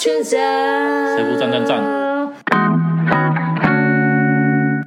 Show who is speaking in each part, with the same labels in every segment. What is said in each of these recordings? Speaker 1: 群交。
Speaker 2: 谁不赞赞赞？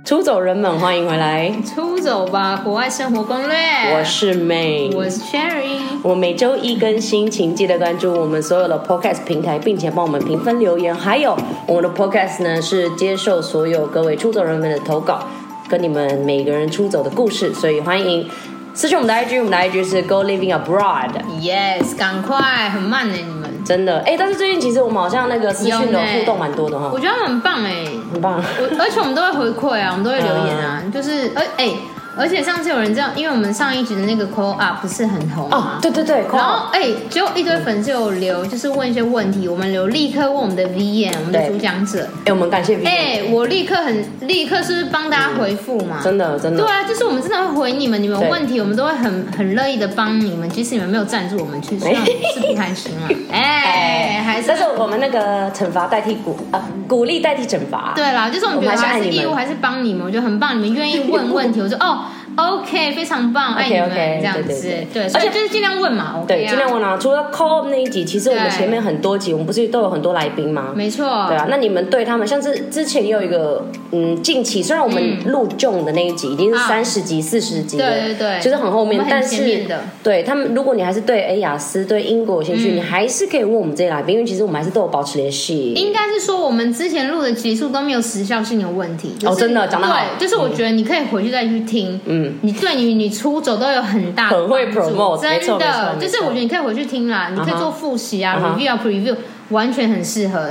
Speaker 1: 出走人们，欢迎回来，
Speaker 3: 出走吧，国外生活攻略。
Speaker 1: 我是 May，
Speaker 3: 我是 Cherry，
Speaker 1: 我每周一更新，请记得关注我们所有的 Podcast 平台，并且帮我们评分留言。还有，我们的 Podcast 呢是接受所有各位出走人们的投稿，跟你们每个人出走的故事，所以欢迎私讯我们的 IG，我们的 IG 是 Go Living Abroad。
Speaker 3: ，Yes，赶快，很慢呢、你们。
Speaker 1: 真的，哎、但是最近其实我们好像那个私讯的
Speaker 3: 有呢
Speaker 1: 互动蛮多的哈
Speaker 3: 我，觉得很棒哎、
Speaker 1: 很棒。
Speaker 3: 我而且我们都会回馈啊，我们都会留言
Speaker 1: 嗯
Speaker 3: 啊，就是而哎、而且上次有人这样，因为我们上一集的那个 call up 不是很红
Speaker 1: 哦
Speaker 3: 吗？，
Speaker 1: 对嗯对对，
Speaker 3: 然后哎、结果一堆粉丝有留，就是问一些问题，我们留立刻问我们的 V N，我们的
Speaker 1: 对
Speaker 3: 主讲者，
Speaker 1: 哎、我们感谢 V，、
Speaker 3: 哎、我立刻很立刻是不是帮大家回复嘛？
Speaker 1: 真的真的
Speaker 3: 对，啊，就是我们真的会回你们，你们有
Speaker 1: 对
Speaker 3: 问题我们都会很很乐意的帮你们，即使你们没有赞助我们去，虽然我们是不开心啊，哎、还是
Speaker 1: 但是我们那个惩罚代替鼓啊，鼓励代替惩罚，
Speaker 3: 对啦，就是我们觉得
Speaker 1: 我们还是爱
Speaker 3: 还是
Speaker 1: 你们
Speaker 3: 义务，还是帮你们，我觉得很棒，你们愿意问问题，我说哦，OK，非常棒，爱你们
Speaker 1: OK，OK，
Speaker 3: 这样
Speaker 1: 对
Speaker 3: 子
Speaker 1: 对，
Speaker 3: 对，
Speaker 1: 而
Speaker 3: 所以
Speaker 1: 且
Speaker 3: 就是尽量问嘛，OK
Speaker 1: 对，
Speaker 3: 啊
Speaker 1: 今天我拿除了 call up 那一集，其实我们
Speaker 3: 对
Speaker 1: 前面很多集，我们不是都有很多来宾吗？
Speaker 3: 没错，
Speaker 1: 对啊，那你们对他们，像是之前也有一个，嗯，近期虽然我们录中的那一集已经是
Speaker 3: 嗯啊
Speaker 1: 三十集、四十集了，
Speaker 3: 对对对
Speaker 1: 就是很后面，
Speaker 3: 我们很
Speaker 1: 但
Speaker 3: 前
Speaker 1: 是
Speaker 3: 面的
Speaker 1: 对他们，如果你还是对哎雅思、对英国有兴趣，
Speaker 3: 嗯
Speaker 1: 你还是可以问我们这些来宾，因为其实我们还是都有保持联系。
Speaker 3: 应该是说我们之前录的集数都没有时效性的问题。就是
Speaker 1: 哦真的讲得好
Speaker 3: 对，就是我觉得嗯你可以回去再去听，
Speaker 1: 嗯，
Speaker 3: 你对你你出走都有很大的
Speaker 1: 很会
Speaker 3: 帮助
Speaker 1: promote，没错
Speaker 3: 真的，
Speaker 1: 没错
Speaker 3: 就是
Speaker 1: 没错
Speaker 3: 我觉得你可以回去听啦，你可以做复习啊、
Speaker 1: 嗯哼
Speaker 3: r e v i e w 啊、preview，完全很适合，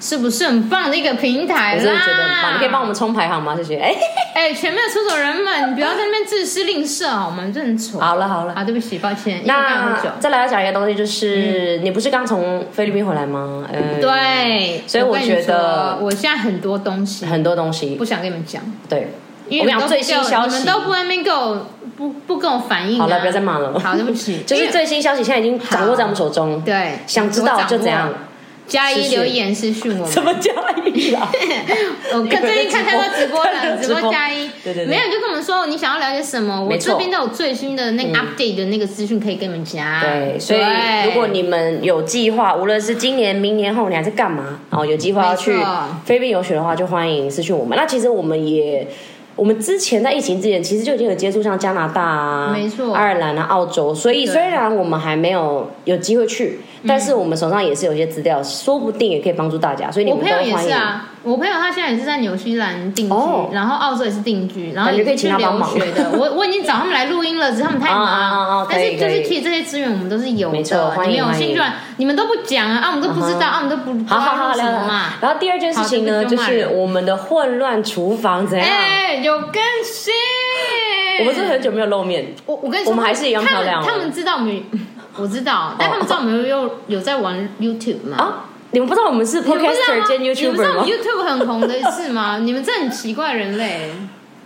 Speaker 3: 是不是很棒的一个平
Speaker 1: 我
Speaker 3: 台啦？
Speaker 1: 真的觉得很棒，你可以帮我们冲排行吗？谢谢。哎，
Speaker 3: 哎、全面出走人们，你不要在那边自私吝啬啊，我们真的很丑。
Speaker 1: 好了好了，
Speaker 3: 啊，对不起，抱歉，因为干了很久
Speaker 1: 那。再来要讲一个东西，就是你不是刚从菲律宾回来吗？嗯，，
Speaker 3: 嗯对，
Speaker 1: 所以我
Speaker 3: 跟你
Speaker 1: 觉得
Speaker 3: 说我现在很多东西
Speaker 1: 很多东西
Speaker 3: 不，想跟你们讲。
Speaker 1: 对，
Speaker 3: 因
Speaker 1: 我们
Speaker 3: 为你
Speaker 1: 讲
Speaker 3: 们
Speaker 1: 最新消息
Speaker 3: 你们都不外面给我不不跟我反应、啊。
Speaker 1: 好了不要再骂了
Speaker 3: 好，对不起，
Speaker 1: 就是
Speaker 3: 因为
Speaker 1: 最新消息现在已经掌握在我们手中，
Speaker 3: 对，
Speaker 1: 想知道就怎样，
Speaker 3: 加
Speaker 1: 私
Speaker 3: 一
Speaker 1: 讯
Speaker 3: 留言私讯我们。
Speaker 1: 怎么啊加一啦？
Speaker 3: 我看最近看太多直播 了，
Speaker 1: 直
Speaker 3: 直
Speaker 1: 播
Speaker 3: 播加一，
Speaker 1: 对对对
Speaker 3: 没有你就跟我们说你想要了解什么，我
Speaker 1: 没错嗯
Speaker 3: 这边都有最新的那个 update 的那个资讯可以给你们加。
Speaker 1: 对，所以
Speaker 3: 对
Speaker 1: 如果你们有计划，无论是今年、明年、后年还是干嘛，然后有计划要去
Speaker 3: 嗯没错
Speaker 1: 菲律宾游学的话，就欢迎私讯我们。那其实我们也。我们之前在疫情之前，其实就已经有接触像加拿大啊、
Speaker 3: 没错
Speaker 1: 爱尔兰啊、澳洲，所以
Speaker 3: 对嗯
Speaker 1: 虽然我们还没有有机会去，但是我们手上也是有一些资料，说不定也可以帮助大家，所以你
Speaker 3: 我
Speaker 1: 们
Speaker 3: 朋
Speaker 1: 都
Speaker 3: 友也
Speaker 1: 欢
Speaker 3: 是
Speaker 1: 迎。
Speaker 3: 啊，我朋友他现在也是在纽西兰定居，
Speaker 1: 哦
Speaker 3: 然后澳洲也是定居，然后
Speaker 1: 感觉可以
Speaker 3: 也是
Speaker 1: 请
Speaker 3: 去
Speaker 1: 他帮
Speaker 3: 留
Speaker 1: 忙
Speaker 3: 学的。我 我已经找他们来录音了，只是他们太忙。
Speaker 1: 啊啊啊啊
Speaker 3: 但
Speaker 1: 可以
Speaker 3: 是就
Speaker 1: 可
Speaker 3: 是
Speaker 1: 以
Speaker 3: 其实这些资源我们都是有
Speaker 1: 没错
Speaker 3: 的，
Speaker 1: 欢迎
Speaker 3: 你们有
Speaker 1: 欢迎
Speaker 3: 兴趣啊，你们都不讲啊，啊我们都不知道，啊我们都不不知
Speaker 1: 好好
Speaker 3: 道
Speaker 1: 好，
Speaker 3: 录什
Speaker 1: 聊
Speaker 3: 么
Speaker 1: 聊
Speaker 3: 嘛。。
Speaker 1: 然后第二件事情呢，
Speaker 3: 好
Speaker 1: 就
Speaker 3: 这个就骂人
Speaker 1: 是我们的混乱厨房怎样？
Speaker 3: 哎，有更新。
Speaker 1: 我们是不是很久没有露面，
Speaker 3: 我我跟你说，
Speaker 1: 我们还是一样漂亮哦
Speaker 3: 他们他们知道我们， 我知道，但他们知道我们有有在玩 YouTube 嘛？
Speaker 1: 啊，你们不知道我们是
Speaker 3: 你们不知道
Speaker 1: podcaster
Speaker 3: 吗
Speaker 1: 兼
Speaker 3: 你们不知
Speaker 1: YouTuber
Speaker 3: 道
Speaker 1: 吗
Speaker 3: 我们？YouTube 很红的是吗？ 你们这很奇怪人类。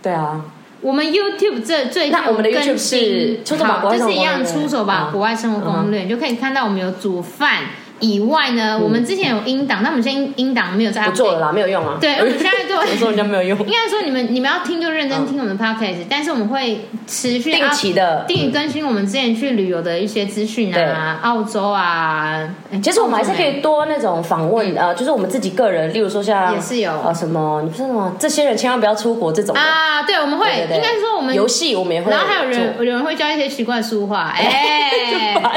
Speaker 1: 对啊，
Speaker 3: 我们 YouTube 这最近
Speaker 1: 那我们的
Speaker 3: 有更
Speaker 1: YouTube 是
Speaker 3: 新
Speaker 1: 出手吧
Speaker 3: 好
Speaker 1: 国外生
Speaker 3: 就
Speaker 1: 活
Speaker 3: 是一
Speaker 1: 攻
Speaker 3: 样
Speaker 1: 略
Speaker 3: 出手吧
Speaker 1: 嗯
Speaker 3: 国外生活攻略，你就可以看到我们有煮饭以外呢，我们之前有音档，但我们现在音档没有在
Speaker 1: 嗯不
Speaker 3: update
Speaker 1: 做了啦，没有用啊。
Speaker 3: 对，我们现 在
Speaker 1: 我说
Speaker 3: 就
Speaker 1: 人家没 有用
Speaker 3: 应，该说你们你们要听就认真
Speaker 1: 嗯
Speaker 3: 听我们的 podcast，但是我们会持续
Speaker 1: 定期
Speaker 3: up-
Speaker 1: 的。
Speaker 3: 呃定期更新我们之前去旅游的一些资讯啊，澳洲啊，哎
Speaker 1: 其实我们还是可
Speaker 3: 澳洲
Speaker 1: 以多那种访问，呃，就是我们自己个人，例如说像
Speaker 3: 嗯也是有
Speaker 1: 呃什么，你说什么，这些人千万不要出国这种
Speaker 3: 没
Speaker 1: 的。
Speaker 3: 啊，对，我们会
Speaker 1: 对对对
Speaker 3: 应该说我们
Speaker 1: 游戏我们也会做，，
Speaker 3: 然后还有人有人会教一些奇怪的书画，哎
Speaker 1: 烦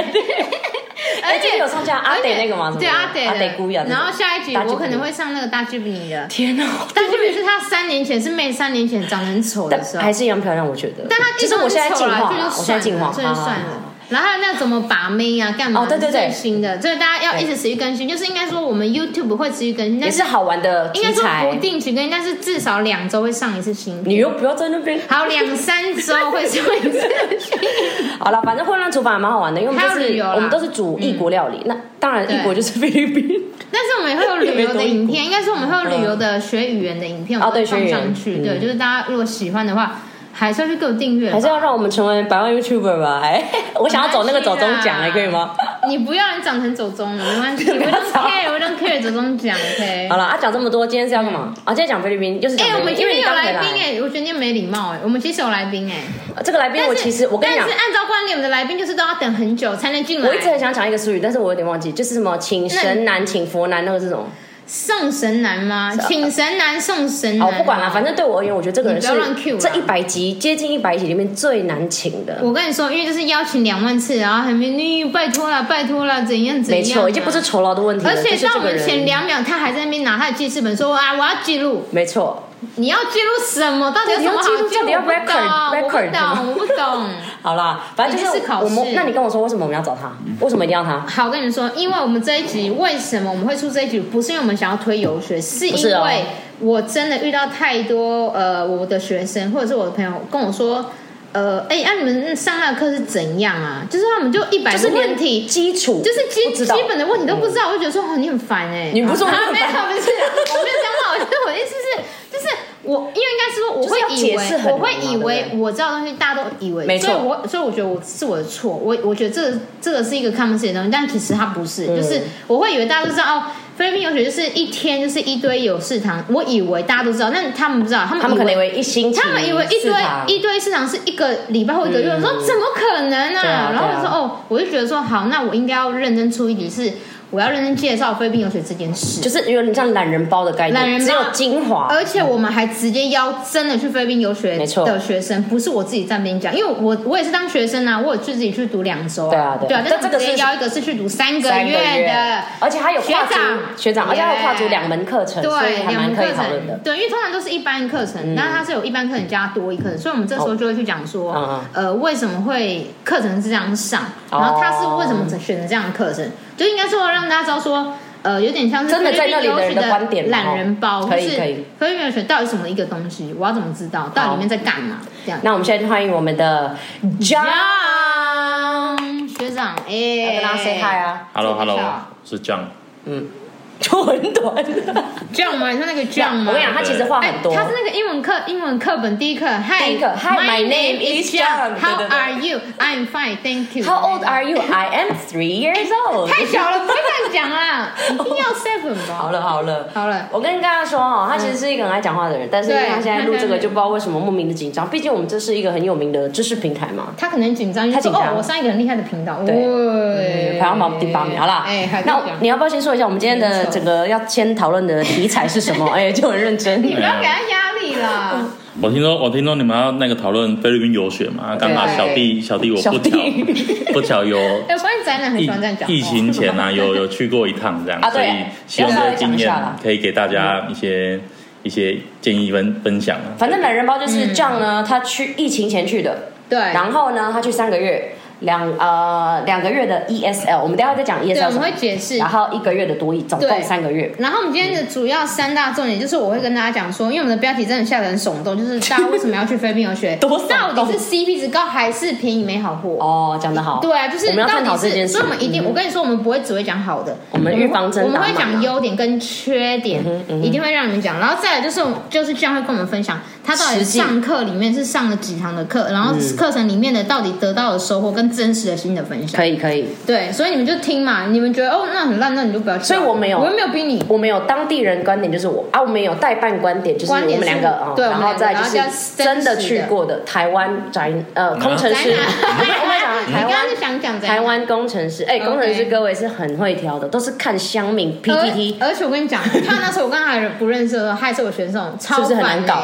Speaker 1: 哎，
Speaker 3: 而
Speaker 1: 这
Speaker 3: 且
Speaker 1: 个有上架阿
Speaker 3: 而且
Speaker 1: 得那个吗？什么
Speaker 3: 对阿德
Speaker 1: 阿得姑呀。
Speaker 3: 然后下一集
Speaker 1: 大吉
Speaker 3: 我
Speaker 1: 姑
Speaker 3: 可能会上那个大吉普尼的，
Speaker 1: 天哪，
Speaker 3: 大吉普尼是他三年前是妹三年前长得很丑
Speaker 1: 但
Speaker 3: 的时候
Speaker 1: 还，是一样漂亮，我觉得。
Speaker 3: 但他
Speaker 1: 就是我现在进化
Speaker 3: 就
Speaker 1: 了，我现在进化，
Speaker 3: 这就算
Speaker 1: 好好好
Speaker 3: 了。然后还有那个怎么把妹啊，干嘛？
Speaker 1: 哦对对对
Speaker 3: 最新的，所以大家要一直持续更新。就是应该说我们 YouTube 会持续更新，
Speaker 1: 也
Speaker 3: 但
Speaker 1: 是好玩的
Speaker 3: 应
Speaker 1: 题
Speaker 3: 该说
Speaker 1: 材
Speaker 3: 不。定期更新，但是至少两周会上一次新。
Speaker 1: 你又不要在那 边。
Speaker 3: 好，两三周会上一次新。
Speaker 1: 好了，反正混乱厨房还蛮好玩的，因为我们就
Speaker 3: 还有旅
Speaker 1: 是
Speaker 3: 游啦嗯
Speaker 1: 我们都是煮异国料理。那当然，
Speaker 3: 对
Speaker 1: 异国就是菲律宾。
Speaker 3: 但是我们也会有旅游的影片，应该说我们会有旅游的学语言的影片，
Speaker 1: 哦
Speaker 3: 我们会
Speaker 1: 对学语
Speaker 3: 放
Speaker 1: 言
Speaker 3: 上去。对，就是大家如果喜欢的话，还是要去给我订阅吧。
Speaker 1: 还是要让我们成为百万 YouTuber 吧？哎，我想要走那个走中奖，哎，可以吗？
Speaker 3: 你不要你长成走中了，没 关系，我
Speaker 1: 不要
Speaker 3: don't
Speaker 1: 吵
Speaker 3: care，我 don't care 走中奖，OK
Speaker 1: 好。了， 啊，讲这么多，今天是要干嘛？啊，今天讲菲律宾，又是讲
Speaker 3: 嗯哎、
Speaker 1: 菲
Speaker 3: 我
Speaker 1: 律
Speaker 3: 们
Speaker 1: 宾，因
Speaker 3: 今
Speaker 1: 为
Speaker 3: 天
Speaker 1: 你
Speaker 3: 有
Speaker 1: 刚回
Speaker 3: 来宾
Speaker 1: 来。
Speaker 3: 哎、我觉得今天没礼貌哎、我们其实有来宾哎、
Speaker 1: 啊这个来宾，
Speaker 3: 但
Speaker 1: 我
Speaker 3: 是
Speaker 1: 其实我跟你讲
Speaker 3: 但哎是，按照惯例，我们的来宾就是都要等很久才能进来。
Speaker 1: 我一直很想讲一个术语，但是我有点忘记，就是什么请神难，请佛难，那个是什么？
Speaker 3: 送神男吗？请神男送神男。
Speaker 1: 啊哦，不管了，反正对我而言，我觉得这个人是
Speaker 3: 嗯你不要乱 cue 啦哦
Speaker 1: 这一百集接近一百集里面最难请的。
Speaker 3: 我跟你说，因为就是邀请两万次，然后还没你拜托了，拜托了，怎样怎
Speaker 1: 没
Speaker 3: 样、
Speaker 1: 错，已经不是。酬劳的问题了，
Speaker 3: 而且
Speaker 1: 就是
Speaker 3: 到
Speaker 1: 这
Speaker 3: 我
Speaker 1: 个
Speaker 3: 们前
Speaker 1: 人。
Speaker 3: 两秒，他还在那边拿他的记事本说啊，我要记录。
Speaker 1: 没错，
Speaker 3: 你要记录什么？到底有什么
Speaker 1: 你
Speaker 3: 好
Speaker 1: 要记录
Speaker 3: 记
Speaker 1: 这
Speaker 3: 录？
Speaker 1: 里要
Speaker 3: 我不懂
Speaker 1: record- record 吗
Speaker 3: 我不懂，我不懂。
Speaker 1: 好啦，反正就
Speaker 3: 已经是考试
Speaker 1: 我们。那你跟我说，为什么我们要找他？为什么一定要他？
Speaker 3: 好，我跟你们说，因为我们这一集为什么我们会出这一集，不是因为我们想要推游学，是
Speaker 1: 不是
Speaker 3: 因
Speaker 1: 哦
Speaker 3: 为我真的遇到太多呃我的学生或者是我的朋友跟我说。呃，哎、那、你们上那课是怎样啊？就是他们就一百
Speaker 1: 就是
Speaker 3: 个
Speaker 1: 连
Speaker 3: 问题，
Speaker 1: 基础，
Speaker 3: 就是
Speaker 1: 不
Speaker 3: 基
Speaker 1: 知道嗯
Speaker 3: 基本的问题都不知道，我就觉得说哦，你很烦哎、
Speaker 1: 你不是我
Speaker 3: 啊
Speaker 1: 很
Speaker 3: 没有，
Speaker 1: 烦
Speaker 3: 不是，我没有讲好，就是我的意思是，就是我因为应该是说，我
Speaker 1: 就是
Speaker 3: 会
Speaker 1: 要
Speaker 3: 以
Speaker 1: 解释很
Speaker 3: 为我会
Speaker 1: 难嘛
Speaker 3: 以
Speaker 1: 对
Speaker 3: 为
Speaker 1: 不
Speaker 3: 我知道的东西，大家都以为，
Speaker 1: 没错
Speaker 3: 所以我所以我觉得我是我的错，我我觉得这这个是一个 common sense 的东西，但其实它不是，
Speaker 1: 嗯
Speaker 3: 就是我会以为大家都知道哦。菲律宾游学就是一天就是一堆有事堂，我以为大家都知道，但他们不知道，他们
Speaker 1: 他们
Speaker 3: 以
Speaker 1: 可能
Speaker 3: 为
Speaker 1: 以为一星期四
Speaker 3: 他
Speaker 1: 堂，
Speaker 3: 们以为一堆一堆市场是一个礼拜或一个月，我说怎么可能
Speaker 1: 嗯对啊
Speaker 3: 然后我就
Speaker 1: 对
Speaker 3: 说
Speaker 1: 啊
Speaker 3: 哦，我就觉得说好，那我应该要认真出一题是，我要认真介绍菲律宾游学这件事。
Speaker 1: 就是有点像懒人包的概念，
Speaker 3: 懒人包
Speaker 1: 只有精华。
Speaker 3: 而且我们还直接邀真的去菲律宾游学
Speaker 1: 没错
Speaker 3: 的学生，不是我自己在那边讲，因为我我也是当学生啊，我有去自己去读两周
Speaker 1: 对啊对啊
Speaker 3: 对啊，
Speaker 1: 但
Speaker 3: 但
Speaker 1: 这
Speaker 3: 是
Speaker 1: 个
Speaker 3: 我
Speaker 1: 是
Speaker 3: 直接邀一个是去读三个
Speaker 1: 三个
Speaker 3: 月的
Speaker 1: 月，而且还有跨足
Speaker 3: 学长
Speaker 1: 学长，而且还有跨足
Speaker 3: Yeah
Speaker 1: 两门课程，所以
Speaker 3: 对，
Speaker 1: 还
Speaker 3: 两
Speaker 1: 蛮
Speaker 3: 门
Speaker 1: 可以
Speaker 3: 课
Speaker 1: 讨论的嗯
Speaker 3: 程，。对，因为通常都是一般课程，但是它是有一般课程加多一课程，所以我们这时候就会去讲说，
Speaker 1: 哦嗯嗯
Speaker 3: 呃，为什么会课程是这样上，
Speaker 1: 哦
Speaker 3: 然后他是为什么选择这样的课程，就应该说让大家知道说。呃，有点像是
Speaker 1: 真的在
Speaker 3: 菲律
Speaker 1: 那
Speaker 3: 宾
Speaker 1: 里的人的
Speaker 3: 留学
Speaker 1: 观点嘛
Speaker 3: 懒人包，
Speaker 1: 哦
Speaker 3: 就
Speaker 1: 可以
Speaker 3: 是
Speaker 1: 可以
Speaker 3: 菲律宾留学到底什么一个东西，我要怎么知道？到底里面在干嘛？这样。
Speaker 1: 那我们现在就欢迎我们的 John，
Speaker 3: 张学长，哎、
Speaker 1: 要跟大家 say hi 啊，
Speaker 3: 这
Speaker 4: Hello
Speaker 3: 个
Speaker 4: Hello，
Speaker 3: 笑
Speaker 4: 我是 John，
Speaker 1: 短嗯短的。
Speaker 3: 酱吗？你说那个酱吗？
Speaker 1: 我跟你讲，他其实话
Speaker 3: 哎，
Speaker 1: 很多，
Speaker 3: 他是那个英文课，英文课本第一课。Hi，
Speaker 1: 第一课，Hi, my name is John
Speaker 3: How
Speaker 1: 对对对
Speaker 3: are you? I'm fine, thank you.
Speaker 1: How old are you? I am three years old。
Speaker 3: 太小了，不会这样 讲啦，一定要 seven 吧。
Speaker 1: 好了好了
Speaker 3: 好了
Speaker 1: 我跟大家说哦，他其实是一个很爱讲话的人，但是因为他现在录这个就不知道为什么莫名的紧张，毕竟我们这是一个很有名的知识平台嘛。
Speaker 3: 他可能紧张，
Speaker 1: 他紧
Speaker 3: 就说
Speaker 1: 张
Speaker 3: 哦，我上一个很厉害的频道，
Speaker 1: 对
Speaker 3: 对
Speaker 1: 排行榜第八名，好啦。
Speaker 3: 哎，还在
Speaker 1: 那
Speaker 3: 讲
Speaker 1: 你要不要先说一下我们今天的整个要先讨论的题材是什么？哎，就很认 真。
Speaker 3: 你不要给他压力啦。
Speaker 4: 我听说我听说你们要那个讨论菲律宾游学嘛，刚好
Speaker 3: 对
Speaker 4: 小弟小弟我
Speaker 1: 小
Speaker 4: 不巧
Speaker 1: 弟
Speaker 4: 不巧有
Speaker 3: 哎，我发现宅男很
Speaker 4: 疫
Speaker 3: 喜欢这样讲话。
Speaker 4: 疫情前啊，有有去过一趟这样
Speaker 1: 啊，
Speaker 4: 所
Speaker 1: 对
Speaker 4: 以希望
Speaker 1: 要
Speaker 4: 这
Speaker 1: 稍
Speaker 4: 个
Speaker 1: 微讲一
Speaker 4: 经
Speaker 1: 下
Speaker 4: 验
Speaker 1: 啦
Speaker 4: 可以给大家一些一些建议分分享啊。
Speaker 1: 反正懒人包就是这样
Speaker 3: 嗯
Speaker 1: 呢，他去疫情前去的，
Speaker 3: 对，
Speaker 1: 然后呢，他去三个月，两呃两个月的 ESL，我们等一下再讲 E
Speaker 3: 对，我
Speaker 1: ESL 什么
Speaker 3: 们会，解释
Speaker 1: 然。后一个月的多益，总共
Speaker 3: 对
Speaker 1: 三个月。？
Speaker 3: 然后我们今天的主要三大重点就是，我会跟大家讲说，因为我们的标题真的吓得很耸动，就是大家为什么要去菲律宾游学
Speaker 1: 多耸动
Speaker 3: 到底是 CP 值高还是便宜没好货？
Speaker 1: 哦，讲得好。
Speaker 3: 对啊，就是
Speaker 1: 我们要探讨
Speaker 3: 到底
Speaker 1: 这
Speaker 3: 是
Speaker 1: 件事
Speaker 3: 所以我们一定，我跟你说，我们不会只会讲好的，
Speaker 1: 我们预防针嗯
Speaker 3: 我们
Speaker 1: 打
Speaker 3: 会
Speaker 1: 满啊
Speaker 3: 讲优点跟缺点，一定会让你们讲。然后再来就是，就是这样会跟我们分享他到底
Speaker 1: 实际
Speaker 3: 上课里面是上了几堂的课，
Speaker 1: 嗯
Speaker 3: 然后课程里面的到底得到的收获跟真实的心的分享
Speaker 1: 可。以可以，
Speaker 3: 对，所以你们就听嘛，你们觉得哦那很烂，那你就不要去啊。
Speaker 1: 所以我没有
Speaker 3: 我又没有逼你，
Speaker 1: 我们有当地人观点，就是我啊，我们有代办观点，就是我
Speaker 3: 观点
Speaker 1: 们
Speaker 3: 是
Speaker 1: 两个啊，
Speaker 3: 对
Speaker 1: 然
Speaker 3: 我
Speaker 1: 后
Speaker 3: 们两个
Speaker 1: 再就
Speaker 3: 然后
Speaker 1: 是
Speaker 3: 叫
Speaker 1: 真的
Speaker 3: 真实
Speaker 1: 去
Speaker 3: 的
Speaker 1: 过的台湾宅呃工程 师，
Speaker 3: 宅男
Speaker 1: 不是我们讲
Speaker 3: 你
Speaker 1: 台
Speaker 3: 刚
Speaker 1: 湾
Speaker 3: 刚是想讲怎样
Speaker 1: 台湾工程师，哎，
Speaker 3: OK
Speaker 1: 工程师各位是很会挑的，都是看乡民 PPT，
Speaker 3: 而而且我跟 你讲，他那时候我刚还不认识的时候，还是我选手，超
Speaker 1: 是不是很难
Speaker 3: 烦欸
Speaker 1: 搞？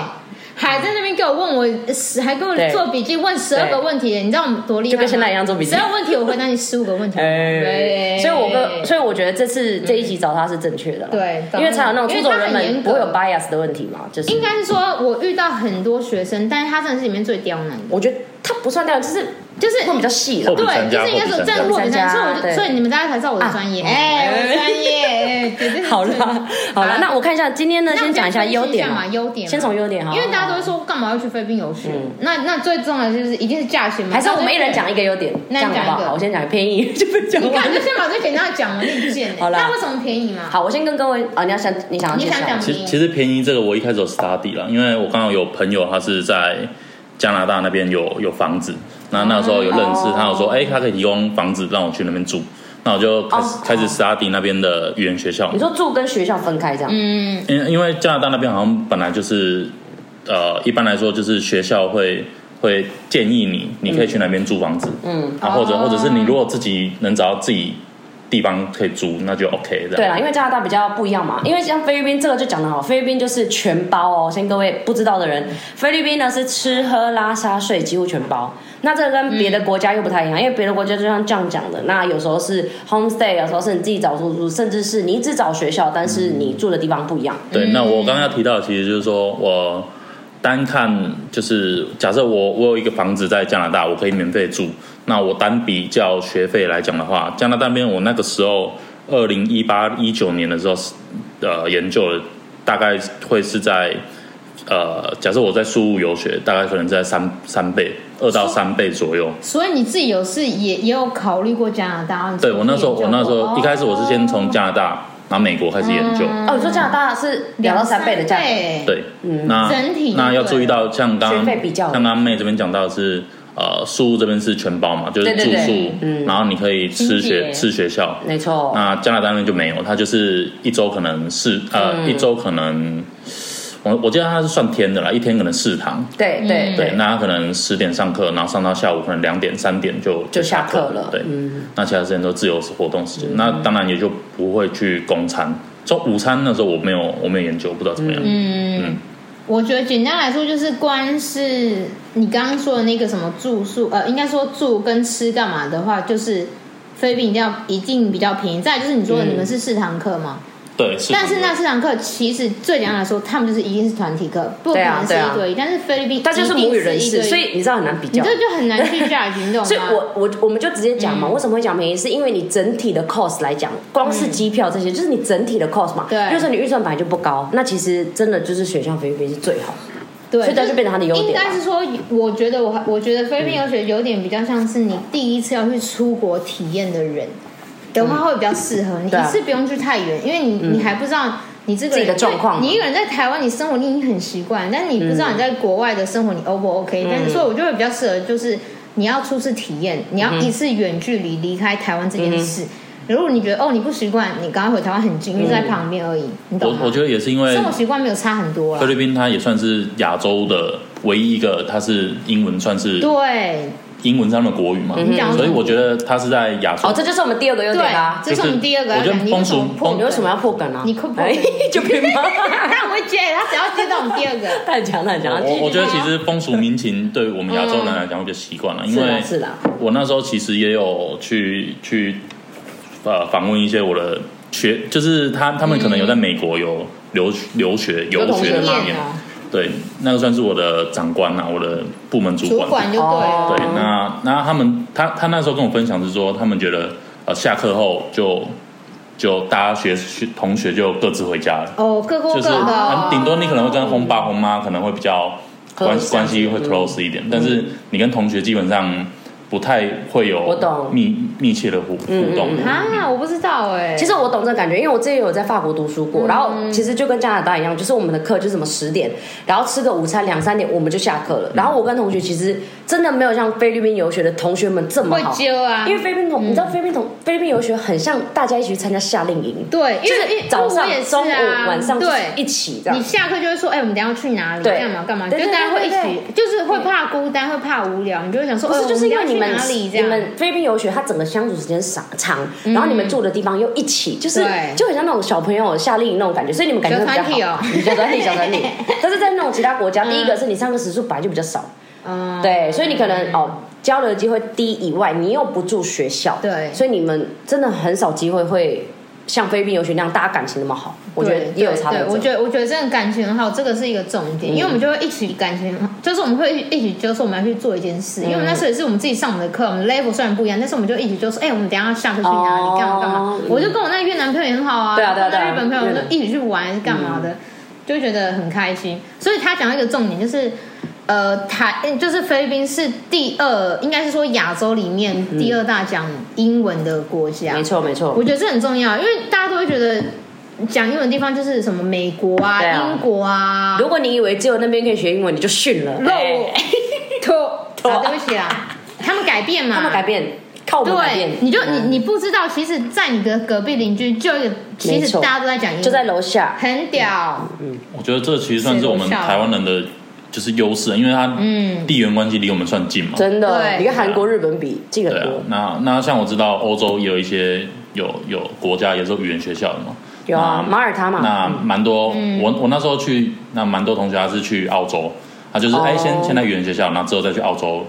Speaker 3: 还在那边给我问我十，还给我
Speaker 1: 对
Speaker 3: 做笔记，问十二个问题，欸你知道我们多厉害吗？
Speaker 1: 就跟现在一样做笔记
Speaker 3: 十二问题我回答你十五个问题。
Speaker 1: 哎
Speaker 3: 对，
Speaker 1: 所以我跟所以我觉得这次这一集找他是正确的啦，
Speaker 3: 对
Speaker 1: 因为才有那种出
Speaker 3: 因为
Speaker 1: 走
Speaker 3: 他
Speaker 1: 人
Speaker 3: 很
Speaker 1: 们
Speaker 3: 严
Speaker 1: 不
Speaker 3: 格
Speaker 1: 会有 bias 的问题嘛，就是
Speaker 3: 应该是说我遇到很多学生，但是他真的是里面最刁难的，
Speaker 1: 我觉得他不算掉，就是
Speaker 3: 就是
Speaker 1: 会比较细了
Speaker 4: 后，面
Speaker 3: 对，
Speaker 4: 参
Speaker 3: 就
Speaker 4: 加
Speaker 3: 是应该
Speaker 4: 后
Speaker 3: 说
Speaker 4: 面
Speaker 3: 真的落
Speaker 1: 参
Speaker 3: 比
Speaker 1: 加
Speaker 3: 所以我
Speaker 1: 对
Speaker 3: 就所以你们大家才知道我的专业，
Speaker 1: 啊
Speaker 3: 哎，我的专业，哎，绝对是
Speaker 1: 好啦，好啦，那我看一下今天呢，
Speaker 3: 那我
Speaker 1: 先
Speaker 3: 们
Speaker 1: 讲一下
Speaker 3: 先分析
Speaker 1: 优
Speaker 3: 一
Speaker 1: 点
Speaker 3: 下
Speaker 1: 嘛
Speaker 3: 嘛，优点嘛
Speaker 1: 先从优点哈，
Speaker 3: 因为大家都会说干嘛要去菲律宾游学？那那最重要的就是一定是价钱嘛，
Speaker 1: 还是我们一人讲一个优点，这
Speaker 3: 那
Speaker 1: 样
Speaker 3: 你讲一个
Speaker 1: 好不好？我先讲便宜就被讲
Speaker 3: 你看，
Speaker 1: 完
Speaker 3: 你。就先把最简单的讲完，你见。
Speaker 1: 好啦
Speaker 3: 那为什么便宜嘛？
Speaker 1: 好，我先跟各位啊，你要想你想要
Speaker 3: 你
Speaker 1: 介
Speaker 3: 想
Speaker 1: 绍
Speaker 3: 讲
Speaker 4: 其其实便宜这个我一开始有 study 啦，因为我刚好有朋友他是在加拿大那
Speaker 1: 哦
Speaker 4: 边有有房子，那那时候有认识，他有说，哎、他可以提供房子让我去那边住。那我就开始、
Speaker 1: 哦
Speaker 4: 开始斯拉迪那边的语言学校
Speaker 1: 你，说住跟学校分开这样，
Speaker 3: 嗯，
Speaker 4: 因因为加拿大那边好像本来就是，呃，一般来说就是学校会会建议你，你可以去那边租房子，
Speaker 1: 嗯，
Speaker 4: 啊，或者
Speaker 3: 哦
Speaker 4: 或者是你如果自己能找到自己地方可以租，那就 OK
Speaker 1: 对啊
Speaker 4: 的。
Speaker 3: 啊
Speaker 1: 啦，因为加拿大比较不一样嘛，因为像菲律宾这个就讲得好，菲律宾就是全包哦。先各位不知道的人，菲律宾呢是吃喝拉撒睡几乎全包。那这个跟别的国家又不太一样，因为别的国家就像这样讲的，那有时候是 homestay，有时候是你自己找住宿，甚至是你只找学校，但是你住的地方不一样。
Speaker 4: 对，那我刚刚要提到，其实就是说我单看就是假设我我有一个房子在加拿大，我可以免费住，那我单比较学费来讲的话，加拿大那边我那个时候二零一八一九年的时候，呃，研究了大概会是在。呃，假设我在苏务游学，大概可能在三三倍，二到三倍左右。
Speaker 3: 所以你自己有是也也有考虑过加拿大？
Speaker 4: 对我那时候，我那时
Speaker 3: 哦
Speaker 4: 候一开始我是先从加拿大，然后美国开始研究。
Speaker 3: 嗯
Speaker 1: 哦，你说加拿大是两到三倍的价格，
Speaker 3: 对，
Speaker 4: 对，
Speaker 1: 嗯
Speaker 4: 那
Speaker 3: 整体
Speaker 4: 那要注意到，像刚
Speaker 1: 学
Speaker 4: 刚
Speaker 1: 费比较
Speaker 4: 像刚刚妹这边讲到的是，呃，宿这边是全包嘛，就是
Speaker 1: 对对
Speaker 4: 住
Speaker 1: 对
Speaker 4: 宿，
Speaker 1: 嗯
Speaker 4: 然后你可以吃
Speaker 3: 清
Speaker 4: 学
Speaker 3: 洁
Speaker 4: 吃学校。
Speaker 3: 嗯
Speaker 1: 没错。
Speaker 4: 那加拿大那边就没有，它就是一周可能是呃、
Speaker 1: 嗯
Speaker 4: 一周可能，我我记得它是算天的啦，一天可能四堂。
Speaker 1: 对对
Speaker 4: 对，
Speaker 3: 嗯
Speaker 4: 那他可能十点上课，然后上到下午可能两点、三点就
Speaker 1: 就下
Speaker 4: 课
Speaker 1: 课了嗯
Speaker 4: 对，那其他时间都自由活动时间，那当然也就不会去供餐。中午餐那时候我没有，我没有研究，不知道怎么样。
Speaker 3: 嗯，我觉得简单来说就是光是你刚刚说的那个什么住宿，呃，应该说住跟吃干嘛的话，就是菲律宾一定要一定比较便宜。再来就是你说的你们是四堂课吗？
Speaker 4: 对，是
Speaker 3: 但是那四堂课其实最简单来说，他们就是一定是团体课，不可能是
Speaker 1: 对啊
Speaker 3: 一对一。但是菲律宾
Speaker 1: 他就是母语人
Speaker 3: 一
Speaker 1: 士，
Speaker 3: 定是一
Speaker 1: 所
Speaker 3: 对一
Speaker 1: 以你知道很难比
Speaker 3: 你
Speaker 1: 较。
Speaker 3: 这就很难去 judge，你懂吗？
Speaker 1: 所以我我我们就直接讲
Speaker 3: 嗯
Speaker 1: 嘛，为什么会讲便宜？是因为你整体的 cost 来讲，光是机票这些，就是你整体的 cost 嘛。
Speaker 3: 嗯对
Speaker 1: 就是你预算本来就不高，那其实真的就是选项菲律宾是最好。
Speaker 3: 对，
Speaker 1: 所以它就变成它的优点啊了
Speaker 3: 应该是说，我觉得我我觉得菲律宾游学有点比较像是你第一次要去出国体验的人的话，会比较适合你。
Speaker 1: 嗯对啊嗯
Speaker 3: 一次不用去太远，因为你你还不知道你这个人
Speaker 1: 自己的状况嘛
Speaker 3: 你一个人在台湾，你生活你已经很习惯，但你不知道你在国外的生活你 O 不 OK？但
Speaker 1: 嗯
Speaker 3: 是所以我就会比较适合就是你要初次体验，你要一次远距离离开台湾这件
Speaker 1: 嗯
Speaker 3: 事。如果你觉得哦你不习惯，你赶快回台湾很近，因为在旁边而已，你
Speaker 4: 嗯
Speaker 3: 懂啊
Speaker 4: 我
Speaker 3: 吗？
Speaker 4: 我觉得也是因为
Speaker 3: 生活习惯没有差很多啊
Speaker 4: 菲
Speaker 3: 了。
Speaker 4: 律宾它也算是亚洲的唯一一个，它是英文算是
Speaker 3: 对，
Speaker 4: 英文是他们的国语嘛，
Speaker 3: 哼
Speaker 4: 所以我觉得它是在亚洲
Speaker 1: 哦，这就是我们第二个优点啦。
Speaker 3: 对，这是我们第二个要
Speaker 4: 就是我觉得
Speaker 3: 讲，你为什么
Speaker 4: 风俗
Speaker 3: 破
Speaker 1: 你为什么要
Speaker 3: 梗？
Speaker 1: 破梗啊？
Speaker 3: 你快破梗
Speaker 1: 哎就可以吗？
Speaker 3: 那我会接，他只要接到我们第 二个，
Speaker 1: 太强了，太强了。
Speaker 4: 我我觉得其实风俗民情对我们亚洲人来讲会比较习惯了，因
Speaker 1: 是啊
Speaker 4: 为
Speaker 1: 啦是啦，
Speaker 4: 我那时候其实也有去去呃访问一些我的学，就是他他们可能有在美国有留留学游
Speaker 1: 同
Speaker 4: 学
Speaker 1: 学啊
Speaker 4: 的经
Speaker 1: 嘛
Speaker 4: 验
Speaker 3: 验，哦，
Speaker 4: 对，那个算是我的长官啊，我的部门主
Speaker 3: 主
Speaker 4: 管。
Speaker 3: 管就对
Speaker 1: 哦
Speaker 3: 了。
Speaker 4: 对，那那他们他他那时候跟我分享是说，他们觉得呃下课后就就大家学学同学就各自回家了。
Speaker 3: 哦，各过
Speaker 4: 就
Speaker 3: 各
Speaker 4: 是
Speaker 3: 的
Speaker 4: 啊
Speaker 3: 哦，
Speaker 4: 顶多你可能会跟红爸红妈可能会比较关
Speaker 1: Close 嗯
Speaker 4: 关系会 close 一点，但是你跟同学基本上不太会有
Speaker 1: 我懂嗯
Speaker 4: 密密切的互互动。
Speaker 3: 啊，我不知道哎。
Speaker 1: 其实我懂这个感觉，因为我之前有在法国读书
Speaker 3: 嗯
Speaker 1: 过，然后其实就跟加拿大一样，就是我们的课就是什么十点，然后吃个午餐两三点我们就下课
Speaker 3: 嗯
Speaker 1: 了。然后我跟同学其实真的没有像菲律宾游学的同学们这么
Speaker 3: 会
Speaker 1: 好，
Speaker 3: 揪啊，
Speaker 1: 因为菲律宾同、你知道菲律宾同菲律宾游学很像大家一起去参加夏令营，
Speaker 3: 对，
Speaker 1: 就
Speaker 3: 因为因
Speaker 1: 是
Speaker 3: 为
Speaker 1: 早上、
Speaker 3: 我也是
Speaker 1: 中午、
Speaker 3: 啊
Speaker 1: 晚上就是
Speaker 3: 对
Speaker 1: 一起这
Speaker 3: 你
Speaker 1: 样。
Speaker 3: 下课就会说，哎，我们等一下要去哪里？
Speaker 1: 对
Speaker 3: 干嘛干嘛？就
Speaker 1: 对对
Speaker 3: 大家会一
Speaker 1: 对
Speaker 3: 起，就是会怕孤单，会怕无聊，你就会想说，
Speaker 1: 不
Speaker 3: 哦
Speaker 1: 是，就是因为你
Speaker 3: 我
Speaker 1: 们
Speaker 3: 要去哪里这
Speaker 1: 你
Speaker 3: 样？嗯
Speaker 1: 们菲律宾游学，它整个相处时间长长，然后你们住的地方又一起，就是
Speaker 3: 对
Speaker 1: 就很像那种小朋友夏令营那种感觉，所以你们感觉会比较
Speaker 3: 小团体哦
Speaker 1: 好。你小团体，小团 体。但是在那种其他国家，第一个是你上课时数本来就比较少，
Speaker 3: 嗯，
Speaker 1: 对，所以你可能哦交流的机会低以外，你又不住学校，
Speaker 3: 对
Speaker 1: 所以你们真的很少机会会像菲律宾游学那样大家感情那么好，我觉得
Speaker 3: 对
Speaker 1: 也有差
Speaker 3: 对
Speaker 1: 别。
Speaker 3: 对我觉得我觉得真的感情很好，这个是一个重点，因为我
Speaker 1: 嗯
Speaker 3: 们就会一起感情很好，就是我们会一起就是我们要去做一件事，因为我们那时候也是我们自己上我们的课，我们 level 虽然不一样，但是我们就一起就说，哎、我们等一下下课去哪
Speaker 1: 哦
Speaker 3: 里干嘛干嘛。我就跟我那越南朋友也很好啊，
Speaker 1: 对啊对啊对
Speaker 3: 然后
Speaker 1: 啊嗯
Speaker 3: 那日本朋友我
Speaker 1: 越
Speaker 3: 们
Speaker 1: 南
Speaker 3: 就一起去玩还是干嘛的， 就会觉得很开心。所以他讲到一个重点就是。呃，台就是菲律宾是第二，应该是说亚洲里面第二大讲英文的国
Speaker 1: 嗯
Speaker 3: 家。
Speaker 1: 没错没错
Speaker 3: 我，觉得这很重要，因为大家都会觉得讲英文的地方就是什么美国啊、
Speaker 1: 对啊
Speaker 3: 英国啊、
Speaker 1: 如果你以为只有那边可以学英文，你就 逊了。
Speaker 3: 肉、
Speaker 1: 哎
Speaker 3: 脱
Speaker 1: 脱
Speaker 3: 脱、啊，对不起啊，他们改变嘛，
Speaker 1: 他们改变靠我们改变嗯
Speaker 3: 对，，你就你你不知道，其实，在你的隔壁邻居就有，其
Speaker 1: 没
Speaker 3: 实
Speaker 1: 错
Speaker 3: 大家都在讲英文，
Speaker 1: 就在楼下，
Speaker 3: 很屌，
Speaker 4: 我觉得这其实算是我们
Speaker 3: 是有效
Speaker 4: 台湾人的就是优势，啊因为它
Speaker 3: 嗯
Speaker 4: 地缘关系离我们算近嘛。
Speaker 1: 真的，
Speaker 3: 对
Speaker 1: 你跟韩国、日本比近很
Speaker 4: 对啊
Speaker 1: 多，，
Speaker 4: 那那像我知道欧洲也有一些有有国家也是有语言学校的嘛，
Speaker 1: 有啊，
Speaker 4: 那
Speaker 1: 马耳他嘛，
Speaker 4: 那蛮多，我我那时候去，那蛮多同学他是去澳洲，他就是
Speaker 1: 哦
Speaker 4: 哎、先先来语言学校，然后之后再去澳洲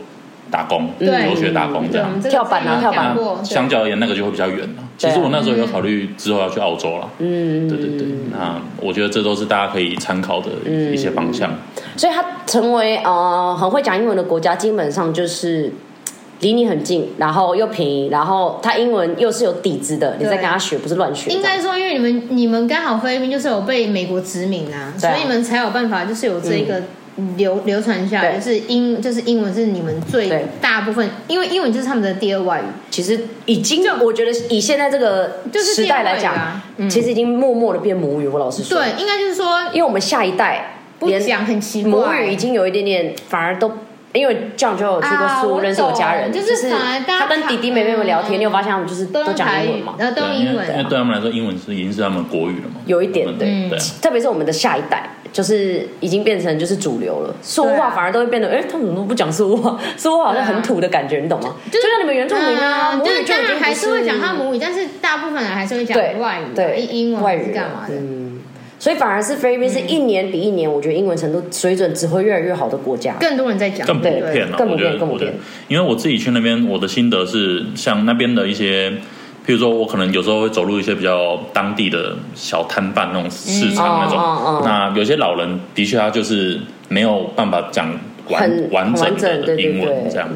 Speaker 4: 打工，
Speaker 3: 对
Speaker 4: 留学打工这
Speaker 3: 嗯对，我
Speaker 4: 样。
Speaker 3: 们这个
Speaker 1: 跳板啊
Speaker 3: 之前
Speaker 1: 跳
Speaker 3: 有
Speaker 1: 板
Speaker 3: 讲过
Speaker 4: 那，相较而言，那个就会比较远了。其
Speaker 1: 对啊
Speaker 4: 实我那时候有考虑之后要去澳洲了，
Speaker 1: 嗯，
Speaker 4: 对对对。那我觉得这都是大家可以参考的一些方向。
Speaker 1: 所以他成为呃很会讲英文的国家，基本上就是嘖离你很近，然后又便宜，然后他英文又是有底子的，你再跟他学，不是乱学。
Speaker 3: 应该说，因为你们你们刚好菲律宾就是有被美国殖民啊，
Speaker 1: 对
Speaker 3: 所
Speaker 1: 啊嗯
Speaker 3: 以你们才有办法就是有这一个流、流传下来，
Speaker 1: 对
Speaker 3: 就是英就是英文是你们
Speaker 1: 对
Speaker 3: 最大部分，因为英文就是他们的第二外语，
Speaker 1: 其实已经，我觉得以现在这个
Speaker 3: 就是
Speaker 1: 时代来
Speaker 3: 变
Speaker 1: 讲，
Speaker 3: 味啊嗯
Speaker 1: 其实已经默默的变母语。我老实说，
Speaker 3: 对，应该就是说
Speaker 1: 因为我们下一代
Speaker 3: 不
Speaker 1: 连
Speaker 3: 讲很奇怪，
Speaker 1: 母语已经有一点点，反而都。因为这样就有去过
Speaker 3: 啊
Speaker 1: 苏、
Speaker 3: 我
Speaker 1: 认识我家人，
Speaker 3: 懂
Speaker 1: 就
Speaker 3: 就是是反而
Speaker 1: 他
Speaker 3: 大家
Speaker 1: 跟弟弟妹妹们聊天，
Speaker 3: 嗯
Speaker 1: 你有发现他们就是
Speaker 3: 都
Speaker 1: 都
Speaker 3: 用
Speaker 1: 讲
Speaker 3: 台
Speaker 1: 英文
Speaker 3: 语
Speaker 1: 嘛，，
Speaker 3: 然后都用
Speaker 4: 对因
Speaker 3: 英
Speaker 4: 为因为
Speaker 3: 文，
Speaker 4: 对他们来说，英文是已经是他们国语了嘛。
Speaker 1: 有一点
Speaker 4: 他们
Speaker 1: 对
Speaker 4: 对啊。
Speaker 1: 特别是我们的下一代，就是已经变成就是主流了，苏
Speaker 3: 对
Speaker 1: 话
Speaker 3: 啊
Speaker 1: 反而都会变得，哎、他们怎么都不讲苏话？苏话好像很土的感觉，你懂吗？就
Speaker 3: 就是
Speaker 1: 像你们原住民啊，
Speaker 3: 嗯
Speaker 1: 母
Speaker 3: 就
Speaker 1: 语
Speaker 3: 是
Speaker 1: 就
Speaker 3: 当
Speaker 1: 已经
Speaker 3: 然
Speaker 1: 不
Speaker 3: 还是会讲他
Speaker 1: 们
Speaker 3: 母语，但是大部分人还是会讲
Speaker 1: 对
Speaker 3: 外语，
Speaker 1: 对
Speaker 3: 英文
Speaker 1: 外
Speaker 3: 还
Speaker 1: 语
Speaker 3: 是干嘛的？嗯
Speaker 1: 嗯，所以反而是菲律宾是一年比一年，我觉得英文程度水准只会越来越好的国家。
Speaker 3: 更多人在讲，
Speaker 4: 更普
Speaker 3: 对
Speaker 4: 遍了、
Speaker 1: 更普
Speaker 4: 我觉
Speaker 1: 遍
Speaker 4: 得，
Speaker 1: 更普
Speaker 4: 我觉得
Speaker 1: 遍，
Speaker 4: 因为我自己去那边，我的心得是，像那边的一些，譬如说，我可能有时候会走入一些比较当地的小摊贩那种市场
Speaker 1: 嗯
Speaker 4: 那种，
Speaker 1: 哦哦哦
Speaker 4: 那有些老人的确他就是没有办法讲完
Speaker 1: 很
Speaker 4: 完整
Speaker 1: 很完整
Speaker 4: 的
Speaker 1: 对对
Speaker 4: 英文
Speaker 1: 对
Speaker 4: 这样。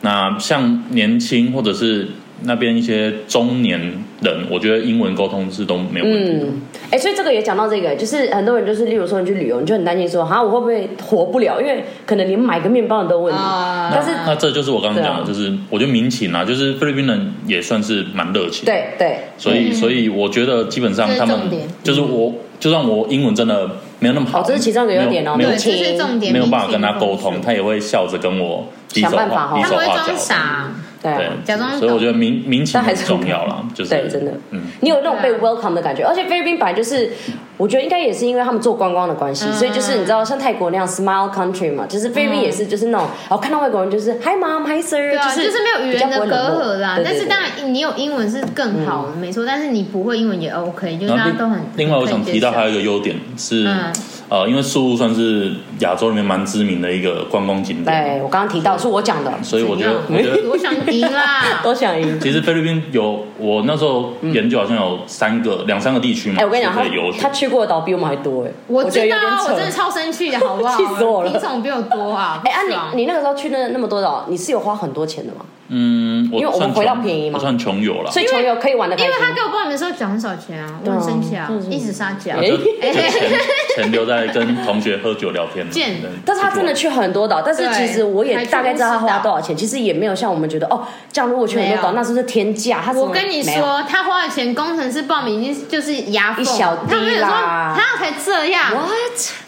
Speaker 4: 那像年轻或者是那边一些中年人，我觉得英文沟通是都没有问题的。
Speaker 1: 嗯，哎、所以这个也讲到这个，就是很多人就是，例如说你去旅游，你就很担心说，哈，我会不会活不了？因为可能连买个面包你都有问题。
Speaker 3: 啊
Speaker 1: 但是
Speaker 4: 那这就是我刚刚讲
Speaker 1: 对
Speaker 4: 的，
Speaker 1: 啊
Speaker 4: 就是我觉得民情啊，就是菲律宾人也算是蛮热情的。
Speaker 1: 对对，
Speaker 4: 所以，所以我觉得基本上他们
Speaker 3: 这是重点
Speaker 4: 就是我，就算我英文真的没有那么好，
Speaker 1: 哦这是其中一个优点哦
Speaker 4: 没有
Speaker 3: 对，
Speaker 4: 没
Speaker 3: 这是重
Speaker 4: 有
Speaker 3: 点，
Speaker 4: 没有办法跟他沟
Speaker 3: 民
Speaker 4: 通，
Speaker 3: 情
Speaker 4: 他也会笑着跟我比手
Speaker 1: 想办法哦
Speaker 4: 画比
Speaker 3: 他
Speaker 4: 手
Speaker 3: 不会
Speaker 4: 画
Speaker 3: 装
Speaker 4: 脚。
Speaker 3: 傻，
Speaker 1: 对
Speaker 4: 对，
Speaker 3: 假装
Speaker 4: 所以我觉得民民情
Speaker 1: 但还
Speaker 4: 很
Speaker 1: 是
Speaker 4: 重要啦，就是
Speaker 1: 对，真的，
Speaker 4: 嗯，
Speaker 1: 你有那种被
Speaker 3: 对啊
Speaker 1: welcome 的感觉，而且菲律宾本来就是，我觉得应该也是因为他们做观光的关系，
Speaker 3: 嗯
Speaker 1: 所以就是你知道像泰国那样 smile country 嘛，就是菲律宾也是就是那种，哦，看到外国人就是 hi mom hi sir，
Speaker 3: 对啊，
Speaker 1: 是
Speaker 3: 就
Speaker 1: 就是
Speaker 3: 没有语言的隔阂啦。但是当
Speaker 1: 然
Speaker 3: 然，你有英文是更好
Speaker 1: 嗯
Speaker 3: 的，没错。但是你不会英文也 OK，就是
Speaker 4: 然
Speaker 3: 大
Speaker 4: 后
Speaker 3: 家都很
Speaker 4: 另。另外，我想提到还
Speaker 3: 他
Speaker 4: 有一个优点是
Speaker 3: 嗯，
Speaker 4: 呃，因为宿务算是亚洲里面蛮知名的一个观光景点，
Speaker 1: 对我刚刚提到是我讲的，。
Speaker 4: 嗯所以嗯我觉得，我觉得
Speaker 3: 我想赢啦
Speaker 1: 都想赢。
Speaker 4: 其实菲律宾有我那时候研究好像有三个两三个地区嘛，
Speaker 1: 哎，我跟你讲，
Speaker 4: 是
Speaker 1: 他
Speaker 4: 可以游学
Speaker 1: 他去过的岛比我们还多哎，
Speaker 3: 我
Speaker 1: 觉得
Speaker 3: 知
Speaker 1: 有
Speaker 3: 道
Speaker 1: 点
Speaker 3: 啊，
Speaker 1: 扯
Speaker 3: 我真的超生气的，好不好？
Speaker 1: 气死我了
Speaker 3: 你总比我多啊！
Speaker 1: 哎啊，
Speaker 3: 不爽
Speaker 1: 你你那个时候去那那么多岛，你是有花很多钱的吗？
Speaker 4: 嗯，我
Speaker 1: 因为我们
Speaker 4: 算
Speaker 1: 回到
Speaker 4: 穷
Speaker 1: 便宜嘛
Speaker 4: 我算穷游了。
Speaker 1: 所以穷游可以玩的开
Speaker 3: 哦因
Speaker 1: 心
Speaker 3: 为。他给我报名的时候讲很少钱啊，我
Speaker 1: 啊
Speaker 3: 很生气啊，一直撒娇
Speaker 4: 啊。就
Speaker 3: 哎
Speaker 4: 就钱钱留在跟同学喝酒聊天。
Speaker 3: 贱
Speaker 4: 对
Speaker 1: 但是他真的，去很多岛，但是
Speaker 3: 对
Speaker 1: 其实我也
Speaker 3: 还去
Speaker 1: 大概知道他
Speaker 3: 乌斯岛
Speaker 1: 花多少钱，其实也没有像我们觉得哦，这样如果去很多岛，
Speaker 3: 没有
Speaker 1: 那是不是天价？他是
Speaker 3: 我跟你
Speaker 1: 没有
Speaker 3: 说，他花的钱，工程师报名已经就是牙缝，
Speaker 1: 一小滴啦
Speaker 3: 他们有说他才这样，
Speaker 1: ，what？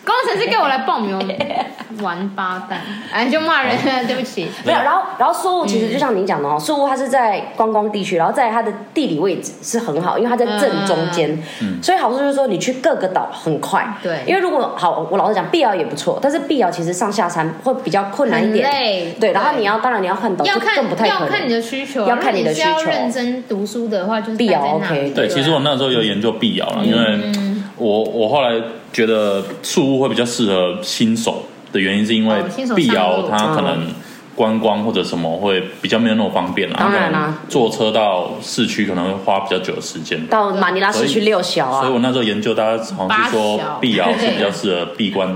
Speaker 3: 工程师给我来报名哦， 王八蛋，哎，就骂人了，对不嗯起。
Speaker 1: 没有，然后然后宿务其实就像你讲的哦，宿务它是在观光地区，然后在它的地理位置是很好，因为它在正中间，所以好处就是说你去各个岛很快。
Speaker 3: 嗯对
Speaker 1: 因为如果好，我老实讲，碧瑶也不错，但是碧瑶其实上下山会比较困难一点，
Speaker 3: 很累
Speaker 1: 对，然后
Speaker 3: 对
Speaker 1: 你要当然你要换岛，
Speaker 3: 要
Speaker 1: 就更不
Speaker 3: 看
Speaker 1: 太
Speaker 3: 要
Speaker 1: 可
Speaker 3: 看你
Speaker 1: 能。
Speaker 3: 的需求，
Speaker 1: 要看你的需求
Speaker 3: 如果你是要认真读书的话，就是
Speaker 1: 必要
Speaker 3: 待在那
Speaker 1: OK
Speaker 3: 里
Speaker 4: 对，
Speaker 3: 啊
Speaker 4: 其实我那时候有研究碧瑶了，因为
Speaker 1: 嗯
Speaker 4: 我我后来觉得树屋会比较适合新手的原因，是因为
Speaker 3: 哦新手
Speaker 4: 碧
Speaker 3: 上
Speaker 4: 瑶
Speaker 3: 路
Speaker 4: 它可能观光或者什么会比较没有那么方便啦，
Speaker 1: 当然啦
Speaker 3: 啊
Speaker 4: 可能坐车到市区可能会花比较久的时间。
Speaker 1: 到
Speaker 3: 啊
Speaker 1: 马尼拉市区六小
Speaker 4: 所以
Speaker 1: 啊，
Speaker 4: 我那时候研究，大家好像是
Speaker 3: 八
Speaker 4: 说
Speaker 3: 小
Speaker 4: 碧瑶是比较适合闭关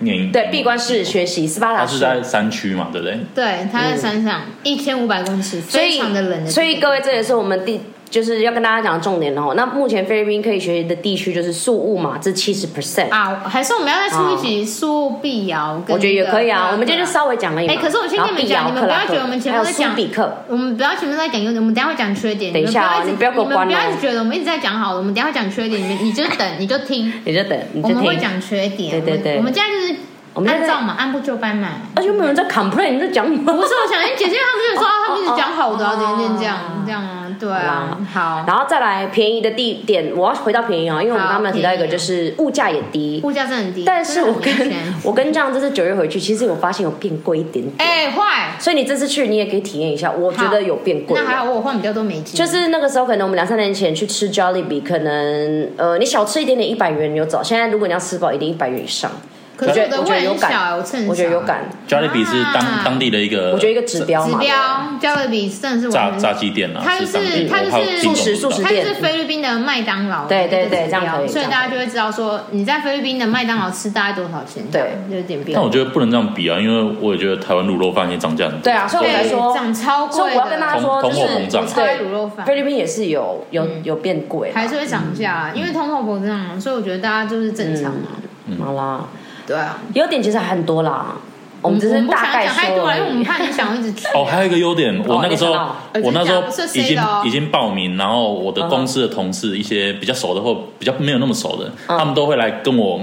Speaker 4: 念英文
Speaker 1: 对，闭关式学习，斯巴达
Speaker 4: 它
Speaker 1: 式
Speaker 4: 是在山区嘛，对不对？
Speaker 3: 对，他在山上
Speaker 4: 嗯
Speaker 3: 一千五百公尺，
Speaker 1: 所以
Speaker 3: 非常的冷的地方，
Speaker 1: 所以各位，这也是我们第就是要跟大家讲的重点了哦。那目前菲律宾可以学习的地区就是宿务嘛，这七十 percent，
Speaker 3: 啊，还是我们要再出一集苏碧瑶跟那个，
Speaker 1: 我觉得也可以啊。我们今天就稍微讲了一。
Speaker 3: 哎可是我先跟你们
Speaker 1: 然
Speaker 3: 讲
Speaker 1: 后
Speaker 3: 你
Speaker 1: 碧瑶克
Speaker 3: 们不要
Speaker 1: 拉克
Speaker 3: 觉得我们前面在讲
Speaker 1: 还有苏比克，
Speaker 3: 我们不要全部都在讲优点，我们等一下会讲缺点。
Speaker 1: 等一下啊
Speaker 3: 你们
Speaker 1: 你不要给我关哦
Speaker 3: 你们不要一直觉得我们一直在讲好了，我们等一下会讲缺点，你们你就等，你就听，
Speaker 1: 你就等，你
Speaker 3: 我
Speaker 1: 就
Speaker 3: 们会
Speaker 1: 听。
Speaker 3: 讲缺点。
Speaker 1: 对对对
Speaker 3: 我们我们现在就是
Speaker 1: 我们
Speaker 3: 按
Speaker 1: 现在
Speaker 3: 照嘛，按部就班嘛。
Speaker 1: 而且又没有人在 complain，你在讲什么？
Speaker 3: 不是，我想，哎，姐姐他们就说，啊他们一直讲好的啊，
Speaker 1: 哦哦哦
Speaker 3: 点点这
Speaker 1: 哦
Speaker 3: 样这样啊，对啊，好，
Speaker 1: 然后再来便宜的地点，我要回到便宜啊，因为我们
Speaker 3: 好
Speaker 1: 刚刚有提到一个
Speaker 3: 便宜
Speaker 1: 就是物价也低，
Speaker 3: 物价真的很低，
Speaker 1: 但是
Speaker 3: 真的
Speaker 1: 我
Speaker 3: 很
Speaker 1: 跟
Speaker 3: 明显
Speaker 1: 我跟这样这次九月回去，其实我发现有变贵一点点，
Speaker 3: 哎坏，
Speaker 1: 所以你这次去你也可以体验一下，我觉得有变贵
Speaker 3: 那还
Speaker 1: 了。
Speaker 3: 好，我有换比较多美金，
Speaker 1: 就是那个时候，可能我们两三年前去吃 Jollibee，可能呃你小吃一点点一百元牛找，现在如果你要吃饱一定一百元以上，
Speaker 3: 可是
Speaker 1: 觉
Speaker 3: 我
Speaker 1: 得
Speaker 3: 的
Speaker 1: 我觉得
Speaker 3: 胃
Speaker 1: 有
Speaker 3: 很小
Speaker 1: 感
Speaker 3: 哎，我趁
Speaker 1: 我觉得有感，
Speaker 4: Jollibee 是
Speaker 3: 啊
Speaker 4: 当当地的一个，
Speaker 1: 我觉得一个指标
Speaker 3: 呃指
Speaker 1: 嘛，
Speaker 3: 标，加勒比真的是
Speaker 4: 炸
Speaker 3: 完
Speaker 4: 炸
Speaker 3: 全。
Speaker 4: 鸡店啊，
Speaker 3: 它就是
Speaker 4: 是当地我
Speaker 3: 它就是
Speaker 4: 还有听懂
Speaker 1: 素食素食
Speaker 3: 它就是菲律宾的麦当劳的
Speaker 1: 对
Speaker 3: 一个指标，
Speaker 1: 对对这样可以
Speaker 3: 所以大家就会知道说你在菲律宾的麦当劳吃大概多少钱，
Speaker 1: 对，
Speaker 3: 有点变
Speaker 4: 但。我觉得不能这样比啊，因为我也觉得台湾卤肉饭也涨价很多。
Speaker 1: 对啊，所以我才
Speaker 3: 对，
Speaker 1: 说，
Speaker 3: 涨超贵的，
Speaker 1: 所以我要跟大家说，
Speaker 4: 通
Speaker 1: 就
Speaker 4: 通
Speaker 1: 是
Speaker 4: 货膨胀
Speaker 3: 超爱
Speaker 1: 对
Speaker 3: 卤肉饭
Speaker 1: 菲律宾也是有有有变贵啦，
Speaker 3: 嗯还是会涨价啊，因为通货膨胀啊，所以我觉得大家就是正常嘛。
Speaker 1: 嗯
Speaker 4: 嗯
Speaker 1: 好啦，
Speaker 3: 对啊，
Speaker 1: 优点其实还很多啦，我们只
Speaker 3: 我
Speaker 1: 是
Speaker 3: 们不
Speaker 1: 大
Speaker 3: 想
Speaker 1: 概
Speaker 3: 讲太
Speaker 1: 说
Speaker 3: 多了，
Speaker 1: 而
Speaker 3: 因为我们
Speaker 1: 已。
Speaker 3: 怕你想要一 直去。
Speaker 4: 哦，还有一个优点，我那个时候，
Speaker 1: 哦
Speaker 3: 你知道
Speaker 4: 我那时候
Speaker 3: 呃真的假的不是
Speaker 4: 已
Speaker 3: 谁
Speaker 4: 经
Speaker 3: 的哦
Speaker 4: 已经报名，然后我的
Speaker 1: 嗯
Speaker 4: 公司的同事一些比较熟的或比较没有那么熟的，
Speaker 1: 嗯
Speaker 4: 他们都会来跟我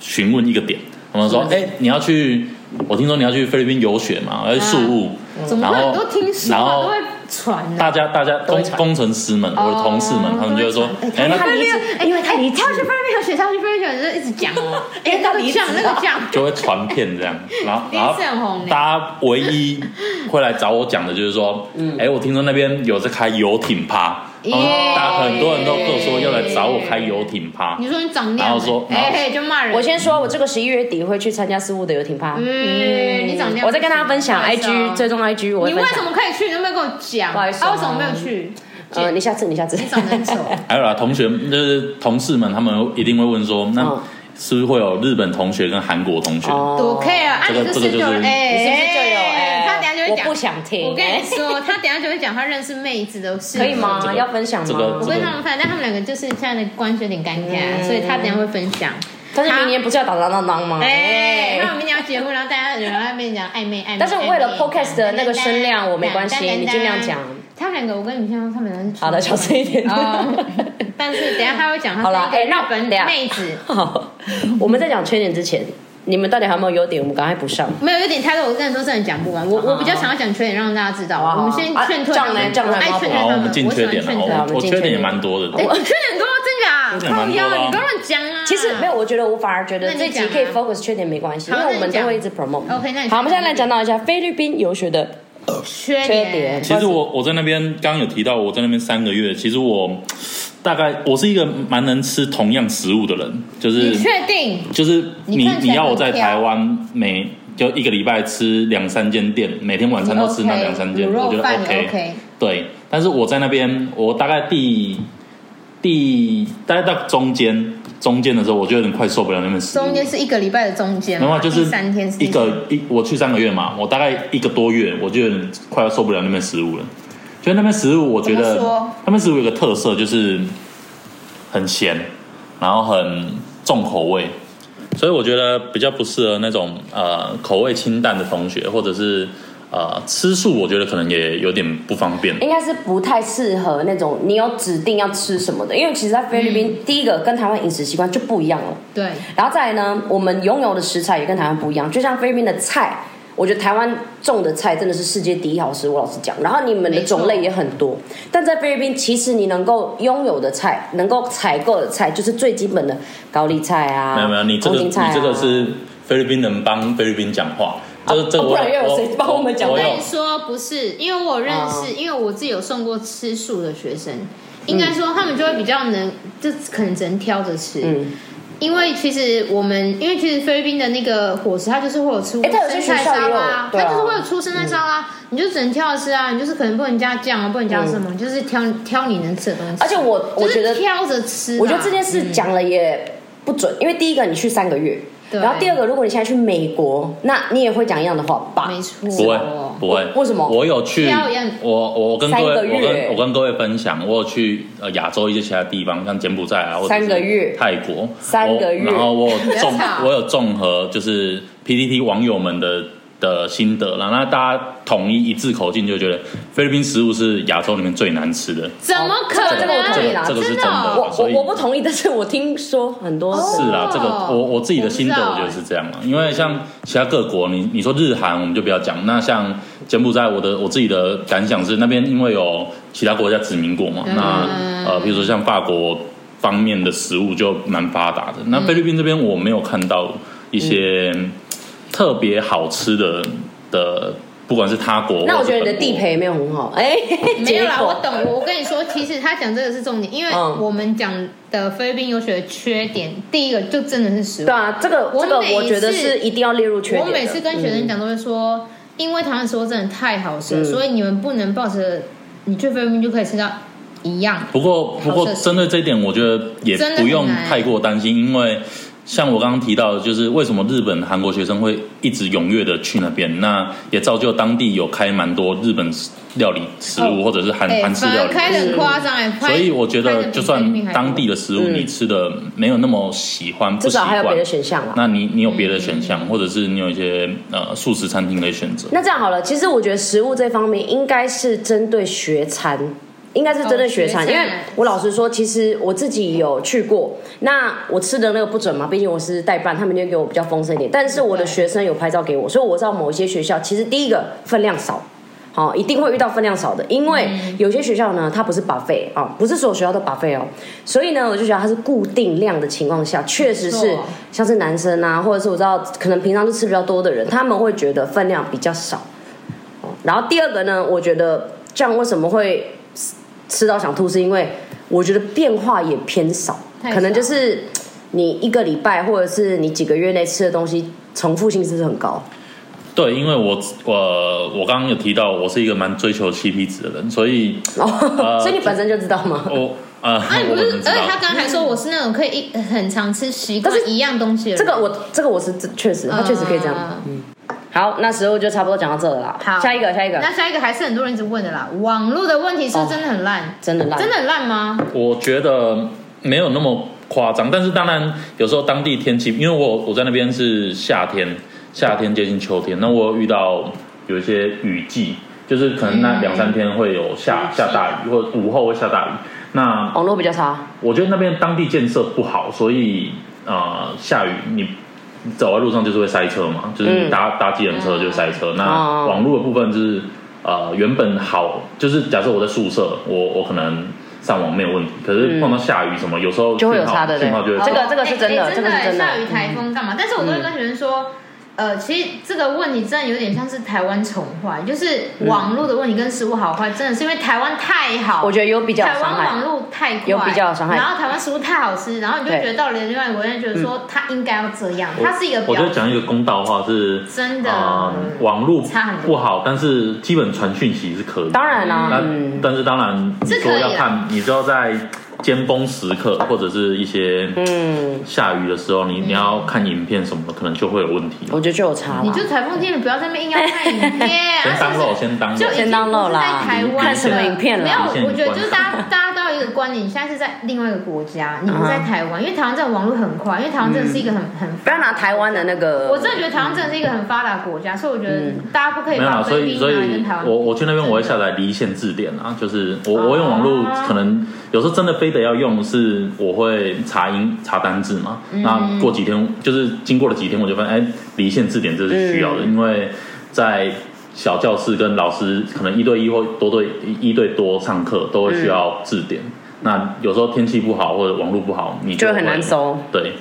Speaker 4: 询问一个点，他们说
Speaker 1: 什：“么
Speaker 4: 哎、你要去？我听说你要去菲律宾游学嘛，要去宿务。
Speaker 1: 嗯
Speaker 3: 怎么
Speaker 4: 然
Speaker 3: 会
Speaker 4: 后
Speaker 3: 很多听说
Speaker 4: 然
Speaker 3: 啊
Speaker 4: 后
Speaker 3: 都会传的？
Speaker 4: 大家大家
Speaker 1: 都会
Speaker 4: 工
Speaker 1: 传
Speaker 4: 工程师们，我的同事们，他们就会说
Speaker 3: 哦都：
Speaker 4: 哎、那
Speaker 1: 他离职
Speaker 3: 哎
Speaker 1: 因为他离职
Speaker 3: 他要去菲律宾有学校，去菲律宾就一直讲 哦，
Speaker 1: 因
Speaker 3: 哎，
Speaker 1: 为他
Speaker 3: 那
Speaker 1: 离
Speaker 3: 个
Speaker 1: 职
Speaker 3: 酱
Speaker 1: 啊
Speaker 3: 那个酱，
Speaker 4: 就会传片 这样，然后
Speaker 3: 一
Speaker 4: 然
Speaker 3: 定
Speaker 4: 后
Speaker 3: 是很红的。
Speaker 4: 大家唯一会来找我讲的就是说，
Speaker 1: 嗯
Speaker 4: 哎、我听说那边有在开游艇趴，然后
Speaker 3: 耶
Speaker 4: 大很多人都跟我说要来找我开游艇趴，
Speaker 3: 你说你长
Speaker 4: 然
Speaker 3: 亮
Speaker 4: 后说，然后
Speaker 3: 哎嘿，就骂人。
Speaker 1: 我先说，我这个十一月底会去参加事务的游艇趴，
Speaker 3: 嗯，你长亮。
Speaker 1: 我在跟大家分享
Speaker 3: 不好意思哦
Speaker 1: IG 最终 IG 我会
Speaker 3: 你为
Speaker 1: 分享
Speaker 3: 什么可以去？你有没有跟我讲？
Speaker 1: 不好意思哦
Speaker 3: 啊，为什么没有去？
Speaker 1: 呃，你下次你下次
Speaker 3: 你长得 很丑。
Speaker 4: 还有啦，同学就是同事们，他们一定会问说，那
Speaker 1: 嗯
Speaker 4: 是不是会有日本同学跟韩国同学？
Speaker 1: 哦
Speaker 3: 多 care 啊！
Speaker 4: 这个
Speaker 3: 你是不是
Speaker 4: 这个
Speaker 3: 就
Speaker 4: 就是
Speaker 3: 哎，
Speaker 1: 你是不是就有哎
Speaker 3: 他等下就会讲，
Speaker 1: 我不想听哎
Speaker 3: 我跟你说，他等下就会讲他认识妹子的事，
Speaker 1: 可以吗
Speaker 4: 这个
Speaker 1: 要分享吗
Speaker 4: 这个
Speaker 3: 我
Speaker 4: 这
Speaker 3: 跟
Speaker 4: 个
Speaker 3: 他们分享，但他们两个就是现在的关系有点尴尬，所以他等下会分享。
Speaker 1: 嗯但是明年不是要打当当当吗？
Speaker 3: 哎，他
Speaker 1: 哎
Speaker 3: 们明天要结婚，然后大家有人在那边讲暧昧暧昧。
Speaker 1: 但是为了 podcast 的那个声量
Speaker 3: 暧昧
Speaker 1: 我没关系
Speaker 3: 单单单
Speaker 1: 你尽量讲
Speaker 3: 他们两个，我跟你先说，他们两个是
Speaker 1: 好的，小声一点。
Speaker 3: 哦，但是等一下他会讲他
Speaker 1: 好啦
Speaker 3: 是一
Speaker 1: 哎
Speaker 3: 个
Speaker 1: 那
Speaker 3: 日本
Speaker 1: 等一下
Speaker 3: 妹子，
Speaker 1: 好，我们在讲缺点之前，你们到底还有没有优点？我们刚才不上。
Speaker 3: 没有有点太多，我真的说真的讲不完。我我比较想要讲缺点，让大家知道啊。
Speaker 1: 好
Speaker 3: 我们先劝
Speaker 1: 啊这
Speaker 3: 退他
Speaker 1: 样呢
Speaker 3: 们，
Speaker 1: 这样呢
Speaker 3: 我爱劝退
Speaker 4: 好，
Speaker 3: 他
Speaker 4: 我
Speaker 3: 们，
Speaker 4: 们进缺点
Speaker 3: 我
Speaker 4: 了，哦
Speaker 1: 对啊我们
Speaker 3: 喜欢劝退他们
Speaker 4: 我我
Speaker 1: 进缺
Speaker 4: 缺点也
Speaker 1: 点
Speaker 4: 蛮多的，
Speaker 3: 哎
Speaker 4: 我
Speaker 3: 缺点多，真
Speaker 4: 缺
Speaker 3: 假？
Speaker 4: 点
Speaker 3: 靠
Speaker 4: 蛮多的
Speaker 3: 腰，
Speaker 4: 啊
Speaker 3: 你不要乱讲啊！
Speaker 1: 其实没有，我觉得我反而觉得
Speaker 3: 那
Speaker 1: 这
Speaker 3: 你
Speaker 1: 集
Speaker 3: 讲啊
Speaker 1: 可以 focus 缺点没关系，因
Speaker 3: 好
Speaker 1: 为我们
Speaker 3: 那你
Speaker 1: 都
Speaker 3: 讲
Speaker 1: 会一直 promote。
Speaker 3: OK，那你
Speaker 1: 好，我们现在来讲到一下菲律宾游学的
Speaker 3: 缺
Speaker 1: 缺点。
Speaker 3: 点。
Speaker 4: 其实我我在那边刚刚有提到，我在那边三个月，其实我大概我是一个蛮能吃同样食物的人，就是
Speaker 3: 你确定？
Speaker 4: 就是
Speaker 3: 你
Speaker 4: 你
Speaker 3: 看起来
Speaker 4: 你要我在
Speaker 3: 很挑
Speaker 4: 台湾每就一个礼拜吃两三间店，每天晚餐都吃那
Speaker 3: 嗯 OK，
Speaker 4: 两三间，
Speaker 3: 卤
Speaker 4: 我觉
Speaker 3: 肉
Speaker 4: 得
Speaker 3: 饭
Speaker 4: OK,
Speaker 3: 也 OK。
Speaker 4: 对，但是我在那边，我大概第第大概到中间中间的时候，我就有点快受不了那边食物。
Speaker 3: 中间是一个礼拜的中间嘛，
Speaker 4: 然
Speaker 1: 啊
Speaker 4: 后就是
Speaker 3: 第三天是
Speaker 4: 一个一我去三个月嘛，我大概一个多月，我就有点快要受不了那边食物了。就那边食物，我觉
Speaker 3: 怎
Speaker 4: 得
Speaker 3: 么说
Speaker 4: 那边食物有个特色就是很咸，然后很重口味，所以我觉得比较不适合那种呃口味清淡的同学，或者是呃吃素，我觉得可能也有点不方便。
Speaker 1: 应该是不太适合那种你有指定要吃什么的，因为其实，在菲律宾，
Speaker 3: 嗯
Speaker 1: 第一个跟台湾饮食习惯就不一样了，
Speaker 3: 对，
Speaker 1: 然后再来呢，我们拥有的食材也跟台湾不一样，就像菲律宾的菜，我觉得台湾种的菜真的是世界第一好吃，我老实讲。然后你们的
Speaker 3: 没错
Speaker 1: 种类也很多，但在菲律宾，其实你能够拥有的菜，能够采购的菜，就是最基本的高丽菜啊，
Speaker 4: 没有没有，你这个、
Speaker 1: 空心菜啊
Speaker 4: 你这个是菲律宾人帮菲律宾讲话，这个、这个
Speaker 1: 啊
Speaker 4: 我
Speaker 1: 不然又有哦谁帮我们讲
Speaker 4: 我
Speaker 3: 我
Speaker 4: 有
Speaker 3: 跟你说不是，因为我认识，因为我自己有送过吃素的学生，
Speaker 1: 嗯
Speaker 3: 应该说他们就会比较能，就可能只能挑着吃。
Speaker 1: 嗯
Speaker 3: 因为其实我们，因为其实菲律宾的那个伙食，它就是会有出
Speaker 1: 诶它有些
Speaker 3: 生
Speaker 1: 学
Speaker 3: 菜
Speaker 1: 校也
Speaker 3: 沙
Speaker 1: 有
Speaker 3: 拉啊，
Speaker 1: 哎对
Speaker 3: 它
Speaker 1: 啊嗯
Speaker 3: 就是会有出生菜沙拉，你就只能挑着吃啊，你就是可能不能加酱啊，不能加什么，就是挑挑你能吃的东西。
Speaker 1: 嗯而且我我
Speaker 3: 就是
Speaker 1: 觉得
Speaker 3: 挑着吃啊，
Speaker 1: 我觉得这件事讲了也不准，因为第一个你去三个月，
Speaker 3: 对
Speaker 1: 然后第二个如果你现在去美国，那你也会讲一样的话吧？
Speaker 3: 没错，
Speaker 4: 不会不会，
Speaker 1: 哦为什么
Speaker 4: 我有去
Speaker 3: 挑一样，
Speaker 4: 我我跟各位，
Speaker 1: 三个
Speaker 4: 我
Speaker 1: 月
Speaker 4: 跟我跟各位分享，我有去呃亚洲一些其他地方，像柬埔寨啊，或者是
Speaker 1: 三个月
Speaker 4: 泰国，
Speaker 1: 三个月
Speaker 4: 我然后我有
Speaker 3: 不要
Speaker 4: 综
Speaker 3: 吵
Speaker 4: 我有综合就是 PPT 网友们的的心得啦。那大家统一一致口径，就觉得菲律宾食物是亚洲里面最难吃的。
Speaker 3: 怎么可
Speaker 1: 这个我不同意啦
Speaker 3: 能？
Speaker 4: 这个是真
Speaker 3: 哦
Speaker 4: 的
Speaker 1: 我
Speaker 4: 所
Speaker 1: 我
Speaker 4: 以
Speaker 1: 我不同意，但是我听说很多
Speaker 3: 哦
Speaker 4: 是啊啦，这个我我自己的心得，
Speaker 3: 我不知道
Speaker 4: 我觉得是这样啦。啊因为像其他各国，你你说日韩，我们就不要讲。那像柬埔寨，我的我自己的感想是，那边因为有其他国家殖民过嘛，
Speaker 1: 嗯
Speaker 4: 那呃，比如说像法国方面的食物就蛮发达的。
Speaker 1: 嗯
Speaker 4: 那菲律宾这边我没有看到一些特别好吃的的，不管是他国，
Speaker 1: 那我觉得你的
Speaker 4: 或者是本国
Speaker 1: 地陪没有很好，哎、
Speaker 3: 没有啦，
Speaker 1: 结果
Speaker 3: 我懂。我跟你说，其实他讲这个是重点，因为
Speaker 1: 嗯
Speaker 3: 我们讲的菲律宾游学的缺点，第一个就真的是食物
Speaker 1: 对。啊，这个
Speaker 3: 我
Speaker 1: 这个
Speaker 3: 每
Speaker 1: 我觉得
Speaker 3: 次
Speaker 1: 是一定要列入缺点
Speaker 3: 我
Speaker 1: 的。
Speaker 3: 每次跟学生讲都会说，因为台湾食物真的太好吃
Speaker 1: 嗯
Speaker 3: 了，所以你们不能抱着你去菲律宾就可以吃到一样。
Speaker 4: 不过，不过
Speaker 3: 好设施
Speaker 4: 针对这一点，我觉得也
Speaker 3: 真的
Speaker 4: 不
Speaker 3: 很
Speaker 4: 用
Speaker 3: 难
Speaker 4: 太过担心，因为像我刚刚提到的，就是为什么日本、韩国学生会一直踊跃的去那边，那也造就当地有开蛮多日本料理食物、
Speaker 3: 哦
Speaker 4: 或者是韩
Speaker 3: 哎、
Speaker 4: 韩式
Speaker 3: 反
Speaker 4: 料
Speaker 3: 而
Speaker 4: 理。
Speaker 3: 开的很夸张哎，
Speaker 1: 嗯
Speaker 3: 拍
Speaker 4: 所以我觉
Speaker 3: 拍得
Speaker 4: 得，
Speaker 3: 比
Speaker 4: 就
Speaker 3: 菲律宾
Speaker 4: 算
Speaker 3: 还
Speaker 4: 当地
Speaker 3: 多
Speaker 4: 的食物你吃的没有那么喜欢，
Speaker 1: 嗯
Speaker 4: 不
Speaker 1: 至
Speaker 4: 习
Speaker 1: 少还有
Speaker 4: 惯
Speaker 1: 别的，选项啦。
Speaker 4: 那你你有别的选
Speaker 3: 嗯
Speaker 4: 项，或者是你有一些呃素食餐厅可以选择。
Speaker 1: 那这样好了，其实我觉得食物这方面应该是针对学餐，应该是针对学餐，
Speaker 3: 哦学
Speaker 1: 因
Speaker 3: 餐
Speaker 1: 为我老实说，其实我自己有去过，那我吃的那个不准嘛，毕竟我是代办，他们就给我比较丰盛一点。但是我的
Speaker 3: 对
Speaker 1: 学生有拍照给我，所以我知道某一些学校其实第一个分量少。好、一定会遇到分量少的，因为
Speaker 3: 嗯
Speaker 1: 有些学校呢，它不是 buffet 啊、不是所有学校都 buffet 哦，所以呢，我就觉得它是固定量的情况下，确实
Speaker 3: 没
Speaker 1: 是
Speaker 3: 错
Speaker 1: 像是男生啊，或者是我知道可能平常就吃比较多的人，他们会觉得分量比较少。哦然后第二个呢，我觉得这样为什么会吃吃到想吐，是因为我觉得变化也偏少，
Speaker 3: 太少
Speaker 1: 可能就是嘖你一个礼拜或者是你几个月内吃的东西重复性是不是很高？
Speaker 4: 对，因为我我我刚刚有提到，我是一个蛮追求 CP 值的人，所以
Speaker 1: 哦，
Speaker 4: 呃
Speaker 1: 所以你本身就知道吗？
Speaker 4: 我啊，
Speaker 3: 哎、
Speaker 4: 我
Speaker 3: 不是
Speaker 4: 能，知
Speaker 3: 而且
Speaker 4: 道
Speaker 3: 他刚才还说我是那种可以一很常吃习惯
Speaker 1: 但是
Speaker 3: 一样东西的人，
Speaker 1: 这个我这个我是确实，他确实可以这样。
Speaker 3: 嗯
Speaker 1: 好，那时候就差不多讲到这了啦。
Speaker 3: 好，
Speaker 1: 下一个，下一个，
Speaker 3: 那下一个还是很多人一直问的啦，网络的问题是不是真的很烂、
Speaker 1: 真的烂，
Speaker 3: 真的很烂吗？
Speaker 4: 我觉得没有那么夸张，但是当然有时候当地天气，因为我我在那边是夏天，夏天接近秋天，那我有遇到有一些雨季，就是可能
Speaker 3: 嗯
Speaker 4: 那两三天会有下、下大雨，或者午后会下大雨。那
Speaker 1: 网络比较差。
Speaker 4: 我觉得那边当地建设不好，所以呃下雨你。走在路上就是会塞车嘛，就是你搭、搭计程车就塞车。那
Speaker 1: 嗯哦
Speaker 4: 网络的部分就是，呃，原本好，就是假设我在宿舍，我我可能上网没有问题，可是碰到下雨什么，有时候
Speaker 1: 嗯就会有
Speaker 4: 信号
Speaker 1: 差的嘞
Speaker 4: 信号就会
Speaker 1: 这个
Speaker 4: 差
Speaker 1: 这个是真的
Speaker 3: 哎哎
Speaker 1: 这个是真的嗯
Speaker 3: 下雨台风干嘛？但是我都会跟学生说。呃，其实这个问题真的有点像是台湾宠坏，就是网络的问题跟食物好坏，真的是因为台湾太好，
Speaker 1: 我觉得有比较有
Speaker 3: 台
Speaker 1: 伤
Speaker 3: 湾网
Speaker 1: 害。
Speaker 3: 络太快，
Speaker 1: 有比较有伤害
Speaker 3: 然后台湾食物太好吃，然后你就
Speaker 1: 对
Speaker 3: 觉得到了另外一个国家，觉得说它应该要这样，
Speaker 4: 我
Speaker 3: 它是一个
Speaker 4: 我
Speaker 3: 标
Speaker 4: 就
Speaker 3: 准，
Speaker 4: 讲一个公道话是，
Speaker 3: 真的
Speaker 4: 呃网络
Speaker 3: 差很多
Speaker 4: 不好，但是基本传讯息是可以的。
Speaker 1: 当然啦、
Speaker 4: 那、
Speaker 1: 嗯，
Speaker 4: 但是当然，你
Speaker 3: 这
Speaker 4: 说
Speaker 3: 可以
Speaker 4: 要
Speaker 3: 啦
Speaker 4: 看，你就要在尖峰时刻或者是一些
Speaker 1: 嗯，
Speaker 4: 下雨的时候，你你要看影片什么的，可能就会有问题。
Speaker 1: 我觉得就有差
Speaker 3: 你
Speaker 1: 啦。
Speaker 3: 就台风天你不要在那边硬要看影 片，
Speaker 4: 先
Speaker 3: 啊
Speaker 4: 当
Speaker 3: 是不
Speaker 4: 肉，
Speaker 3: 是
Speaker 4: 先当肉
Speaker 3: 就。已经
Speaker 1: 先当肉啦
Speaker 3: 不是在台湾了
Speaker 4: 看什么
Speaker 1: 影片啦
Speaker 3: 没有，我觉得就是
Speaker 4: 先
Speaker 3: 大家大家都有一个观念，你现在是在另外一个国家，
Speaker 1: 嗯
Speaker 3: 你不在台湾，因为台湾这种网络很快，因为台湾真的是一个很很
Speaker 1: 不要拿台湾的那个，
Speaker 3: 我真的觉得台湾真的是一个很发达的国家，所以我觉得
Speaker 1: 嗯
Speaker 3: 大家不可以
Speaker 4: 没有
Speaker 3: 把
Speaker 4: 啦，所
Speaker 3: 菲律
Speaker 4: 以
Speaker 3: 宾
Speaker 4: 所
Speaker 3: 拿来
Speaker 4: 以
Speaker 3: 跟台湾比。哦
Speaker 4: 我我去那边我会下载离线字典啊，就是我我用网络可能有时候真的非得要用，是我会查音查单字嘛。
Speaker 3: 嗯
Speaker 4: 那过几天就是经过了几天，我就发现哎，离线字典这是需要
Speaker 3: 嗯
Speaker 4: 的，因为在小教室跟老师可能一对一或多对一对多上课都
Speaker 3: 嗯
Speaker 4: 会需要字典。那有时候天气不好或者网络不好，你
Speaker 1: 就
Speaker 4: 会
Speaker 1: 很难搜。
Speaker 4: 对，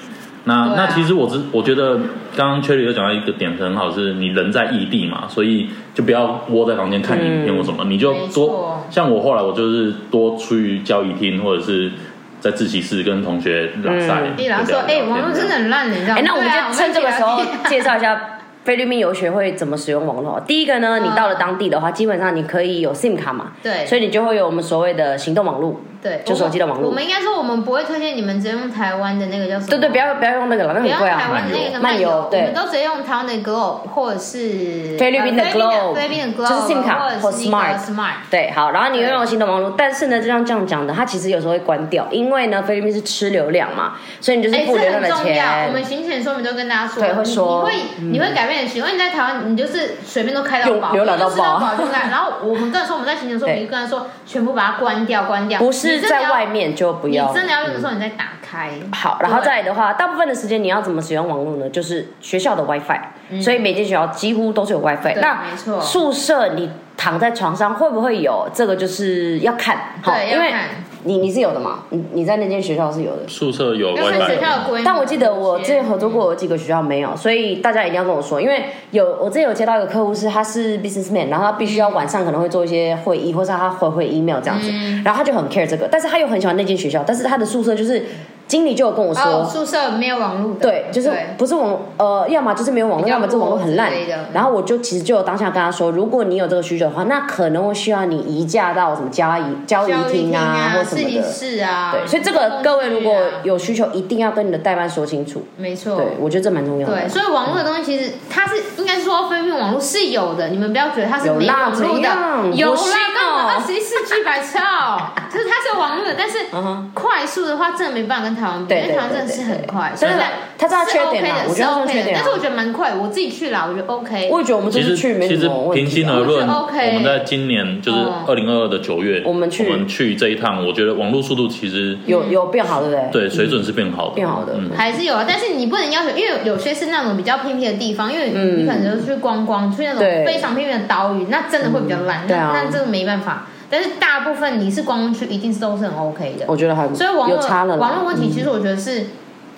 Speaker 4: 那、
Speaker 3: 对啊
Speaker 4: 那其实我只我觉得，刚刚 Cherry 有讲到一个点很好，是你人在异地嘛，所以就不要窝在房间看影片或什么，你就
Speaker 3: 嗯
Speaker 4: 多
Speaker 3: 没错
Speaker 4: 像我后来我就是多出去教育厅或者是在自习室跟同学拉塞，
Speaker 3: 一然后
Speaker 4: 就
Speaker 3: 说，
Speaker 4: 聊聊
Speaker 3: 哎，
Speaker 4: 天
Speaker 3: 网络真的很烂，你知道
Speaker 1: 哎、
Speaker 3: 吗？
Speaker 1: 那我们
Speaker 3: 对啊
Speaker 1: 就趁这个时候
Speaker 3: 我 们一起 聊天
Speaker 1: 介绍一下菲律宾游学会怎么使用网络。第一个呢，你到了当地的话，基本上你可以有 SIM 卡嘛，
Speaker 3: 嗯对
Speaker 1: 所以你就会有我们所谓的行动网络。
Speaker 3: 对，
Speaker 1: 就手机的网络
Speaker 3: 我们应该说，我们不会推荐你们直接用台湾的那个叫什么？
Speaker 1: 对对，不要不要用那个了，那
Speaker 3: 不
Speaker 1: 很
Speaker 3: 要
Speaker 1: 贵
Speaker 3: 用台
Speaker 1: 啊。
Speaker 3: 湾的那个
Speaker 1: 漫游
Speaker 3: 游，
Speaker 1: 对
Speaker 3: 我们都直接用台湾的 Glow 或者是
Speaker 1: 菲律宾的
Speaker 3: 呃
Speaker 1: Glow
Speaker 3: 菲律宾的
Speaker 1: 就
Speaker 3: Glow，
Speaker 1: 是 SIM 卡
Speaker 3: 或者是那
Speaker 1: 或
Speaker 3: 个 Smart。
Speaker 1: 对，好，然后你又用新的网络，但是呢，就像这样讲的，它其实有时候会关掉，因为呢，菲律宾是吃流量嘛，所以你就是
Speaker 3: 哎，
Speaker 1: 付流
Speaker 3: 这
Speaker 1: 量
Speaker 3: 很
Speaker 1: 的
Speaker 3: 重要。我
Speaker 1: 钱，
Speaker 3: 们行前说明都跟大家说，
Speaker 1: 对会说嗯
Speaker 3: 你你会你会改变你的习惯。因为你在台湾，你就是随便都开到
Speaker 1: 用
Speaker 3: 饱，
Speaker 1: 浏览到
Speaker 3: 你就吃
Speaker 1: 饱
Speaker 3: 到饱就 来。然后我们跟他说，我们在行前说，我们
Speaker 1: 对
Speaker 3: 就跟他说，全部把它关掉，关掉。
Speaker 1: 不是
Speaker 3: 你真的要
Speaker 1: 在外，面就不
Speaker 3: 你
Speaker 1: 要。
Speaker 3: 真的要用的时候，你再打开。
Speaker 1: 好，然后
Speaker 3: 对
Speaker 1: 再来的话，大部分的时间你要怎么使用网络呢？就是学校的 WiFi，、所以每间学校几乎都是有 WiFi。
Speaker 3: 嗯对
Speaker 1: 那
Speaker 3: 没错
Speaker 1: 宿舍你躺在床上会不会有？这个就是要看，好，
Speaker 3: 对
Speaker 1: 因
Speaker 3: 要
Speaker 1: 为
Speaker 3: 看
Speaker 1: 你你是有的嘛，你你在那间学校是有的。
Speaker 4: 宿舍有
Speaker 3: 要看
Speaker 4: WiFi，
Speaker 3: 学校的规模。
Speaker 1: 但我记得我之前合作过有几个学校没有，所以大家一定要跟我说，因为有我之前有接到一个客户是他是 businessman，然后他必须要晚上可能会做一些会议，或是他回回 email 这样子，
Speaker 3: 嗯
Speaker 1: 然后他就很 care 这个，但是他又很喜欢那间学校，但是他的宿舍就是经理就有跟我说，
Speaker 3: 哦，宿舍没有网络的，
Speaker 1: 对，就是
Speaker 3: 对
Speaker 1: 不是网呃，要么就是没有网络，
Speaker 3: 比较
Speaker 1: 要么这网络很烂
Speaker 3: 弱之类的。
Speaker 1: 然后我就其实就有当下跟他说，如果你有这个需求的话，那可能会需要你移驾到什么交易交易
Speaker 3: 教育
Speaker 1: 厅
Speaker 3: 厅
Speaker 1: 啊
Speaker 3: 啊，
Speaker 1: 或
Speaker 3: 自
Speaker 1: 什么
Speaker 3: 习
Speaker 1: 的。
Speaker 3: 室啊，
Speaker 1: 对，所以这个
Speaker 3: 办公室啊
Speaker 1: 各位如果有需求，一定要跟你的代办说清楚。
Speaker 3: 没错，
Speaker 1: 对，我觉得这蛮重要的
Speaker 3: 哦对，。所以网络的东西其实它是应该说分辨网络是有的，你们不要觉得它是没网络
Speaker 1: 有啦
Speaker 3: 的，
Speaker 1: 怎样
Speaker 3: 有
Speaker 1: 不信
Speaker 3: 啦，
Speaker 1: 哦
Speaker 3: 干嘛二十一世纪百超，就是它是有网络的，但是
Speaker 1: 嗯哼
Speaker 3: 快速的话真的没办法跟台湾比，
Speaker 1: 对
Speaker 3: 因为台湾
Speaker 1: 对
Speaker 3: 真
Speaker 1: 对
Speaker 3: 的是很快，
Speaker 1: 对对对
Speaker 3: 所以
Speaker 1: 它知道缺点啦
Speaker 3: 是 OK 的，
Speaker 1: 我觉得它知
Speaker 3: 是
Speaker 1: 道
Speaker 3: OK
Speaker 1: 缺
Speaker 3: 的，
Speaker 1: 点啊
Speaker 3: 但是我觉得蛮快，我自己去啦，我觉得 OK，
Speaker 1: 我也觉得我们这
Speaker 4: 其
Speaker 1: 次
Speaker 4: 实
Speaker 1: 去没
Speaker 4: 其
Speaker 1: 什
Speaker 4: 实
Speaker 1: 么问
Speaker 4: 平
Speaker 1: 题
Speaker 4: 心
Speaker 1: 啊。
Speaker 4: 而论，
Speaker 3: 我觉得哦 OK
Speaker 4: 我们在今年就是
Speaker 3: 嗯
Speaker 4: 二零二二的九月，
Speaker 1: 我们去
Speaker 4: 我们去这一趟，我觉得网络速度其实
Speaker 1: 有有变好，对不对？
Speaker 4: 对水准是变好的，
Speaker 1: 变好的
Speaker 4: 嗯，
Speaker 3: 还是有啊，但是你不能要求，因为有些是那种比较偏僻的地方，因为你可能就去观光，去那种
Speaker 1: 嗯对
Speaker 3: 非常偏僻的岛屿，那真的会比较烂，
Speaker 1: 对啊
Speaker 3: 那那这个没办法。但是大部分你是观光区，一定是都是很 OK 的。
Speaker 1: 我觉得还
Speaker 3: 所以网
Speaker 1: 有
Speaker 3: 络
Speaker 1: 差了啦。
Speaker 3: 网络问题，其实我觉得是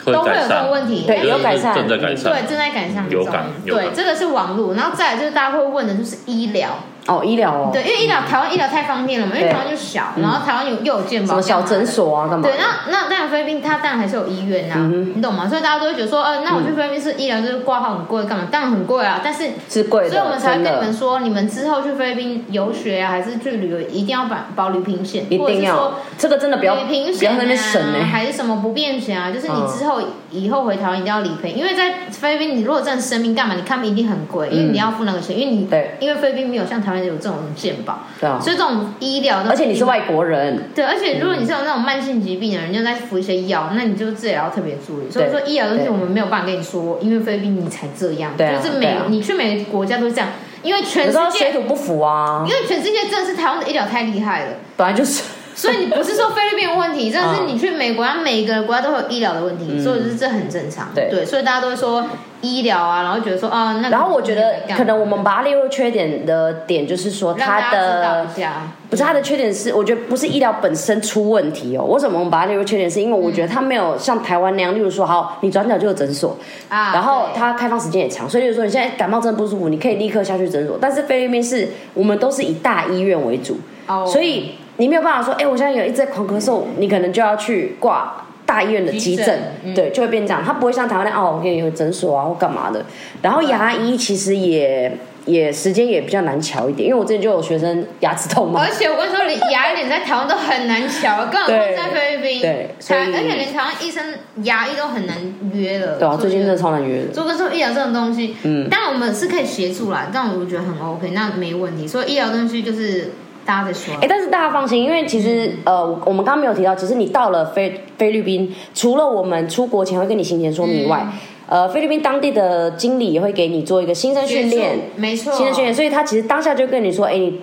Speaker 4: 会
Speaker 3: 都会有
Speaker 4: 改
Speaker 3: 这
Speaker 4: 善
Speaker 3: 种问题
Speaker 1: 对
Speaker 4: 我觉得
Speaker 1: 有改善
Speaker 4: 是正在改善，
Speaker 3: 对正在改善
Speaker 4: 有
Speaker 3: 中
Speaker 4: 感。有
Speaker 3: 对
Speaker 4: 感，
Speaker 3: 这个是网络，然后再来就是大家会问的就是医疗，
Speaker 1: 哦，医疗哦，
Speaker 3: 对，因为医疗台湾医疗太方便了嘛，因为
Speaker 1: 对嗯
Speaker 3: 台湾就小，然后台湾有又有健
Speaker 1: 什
Speaker 3: 保，
Speaker 1: 么小诊。所啊，干嘛？嗯
Speaker 3: 对，那那当然菲律宾它当然还是有医院呐、你懂吗？所以大家都会觉得说，呃，那我去菲律宾是医疗就是挂号很贵干嘛？当然很贵啊，但是
Speaker 1: 是贵的，
Speaker 3: 所以我们才
Speaker 1: 真
Speaker 3: 会跟你
Speaker 1: 的
Speaker 3: 们说，你们之后去菲律宾游学啊，还是去旅游，一定要保保旅平险，
Speaker 1: 一
Speaker 3: 或者
Speaker 1: 定
Speaker 3: 是
Speaker 1: 要
Speaker 3: 说
Speaker 1: 这个真的不要
Speaker 3: 旅
Speaker 1: 不
Speaker 3: 平
Speaker 1: 要
Speaker 3: 险
Speaker 1: 在那边省欸
Speaker 3: 啊，
Speaker 1: 呢。
Speaker 3: 还是什么不便险啊？就是你
Speaker 1: 嗯
Speaker 3: 之后、以后回台湾一定要理赔，因为在菲律宾，你如果真的生病干嘛，你看病一定很贵，因为你要付那个钱，因为你
Speaker 1: 嗯对
Speaker 3: 因为菲律宾没有像台湾有这种健保，
Speaker 1: 对啊，
Speaker 3: 所以这种医疗的，
Speaker 1: 而且你是外嗯国人，
Speaker 3: 对，而且如果你是有那种慢性疾病的人，你就在服一些药，那你就自己也要特别注意。所以说医疗的东西我们没有办法跟你说，因为菲律宾你才这样，
Speaker 1: 对啊
Speaker 3: 就是
Speaker 1: 对
Speaker 3: 每、
Speaker 1: 啊
Speaker 3: 你去每个国家都是这样，因为全
Speaker 1: 有
Speaker 3: 世
Speaker 1: 时候水
Speaker 3: 界。
Speaker 1: 土不服啊
Speaker 3: 因，为全世界真的是台湾的医疗太厉害了，
Speaker 1: 本来就是。
Speaker 3: 所以你不是说菲律宾有问题，真的是
Speaker 1: 嗯
Speaker 3: 你去美国，它每个国家都会有医疗的问题，所以就是这很正常。
Speaker 1: 对
Speaker 3: 所以大家都会说医疗啊，然后觉得说啊，那个
Speaker 1: 然后我觉得
Speaker 3: 干嘛
Speaker 1: 可能我们把它列入缺点的点就是说
Speaker 3: 让
Speaker 1: 它
Speaker 3: 大家知道
Speaker 1: 的
Speaker 3: 一下，
Speaker 1: 不是它的缺点是，我觉得不是医疗本身出问题哦。为什么我们把它列入缺点？是因为我觉得它没有像台湾那样，例如说，好，你转角就有诊所，
Speaker 3: 啊，
Speaker 1: 然后
Speaker 3: 对
Speaker 1: 它开放时间也长，所以就是说你现在感冒真的不舒服，你可以立刻下去诊所。但是菲律宾是我们都是以大医院为主，
Speaker 3: 哦
Speaker 1: 所以你没有办法说，哎、我现在有一直在狂咳嗽，你可能就要去挂大医院的急诊，
Speaker 3: 急诊嗯
Speaker 1: 对，就会变这样。它不会像台湾那样哦，我给你有诊所啊或干嘛的。然后牙医其实也也时间也比较难瞧一点，因为我之前就有学生牙齿痛嘛
Speaker 3: 而，且我跟你说，连牙脸在台湾都很难瞧，更何况在菲律宾。
Speaker 1: 对所以
Speaker 3: 台而且连台湾医生牙医都很难约了。
Speaker 1: 对啊，最近真的
Speaker 3: 的。
Speaker 1: 超难约的。
Speaker 3: 所以我跟你说医疗这种东西，嗯，但我们是可以协助啦，但我觉得很 OK，那没问题。所以医疗东西就是大家在说啊
Speaker 1: 哎、，但是大家放心，因为其实
Speaker 3: 嗯
Speaker 1: 呃，我们刚刚没有提到，其实你到了菲菲律宾，除了我们出国前会跟你行前说明以外，
Speaker 3: 嗯
Speaker 1: 呃，菲律宾当地的经理也会给你做一个新生训练
Speaker 3: 学术，没错，
Speaker 1: 新生训练，所以他其实当下就跟你说，哎、你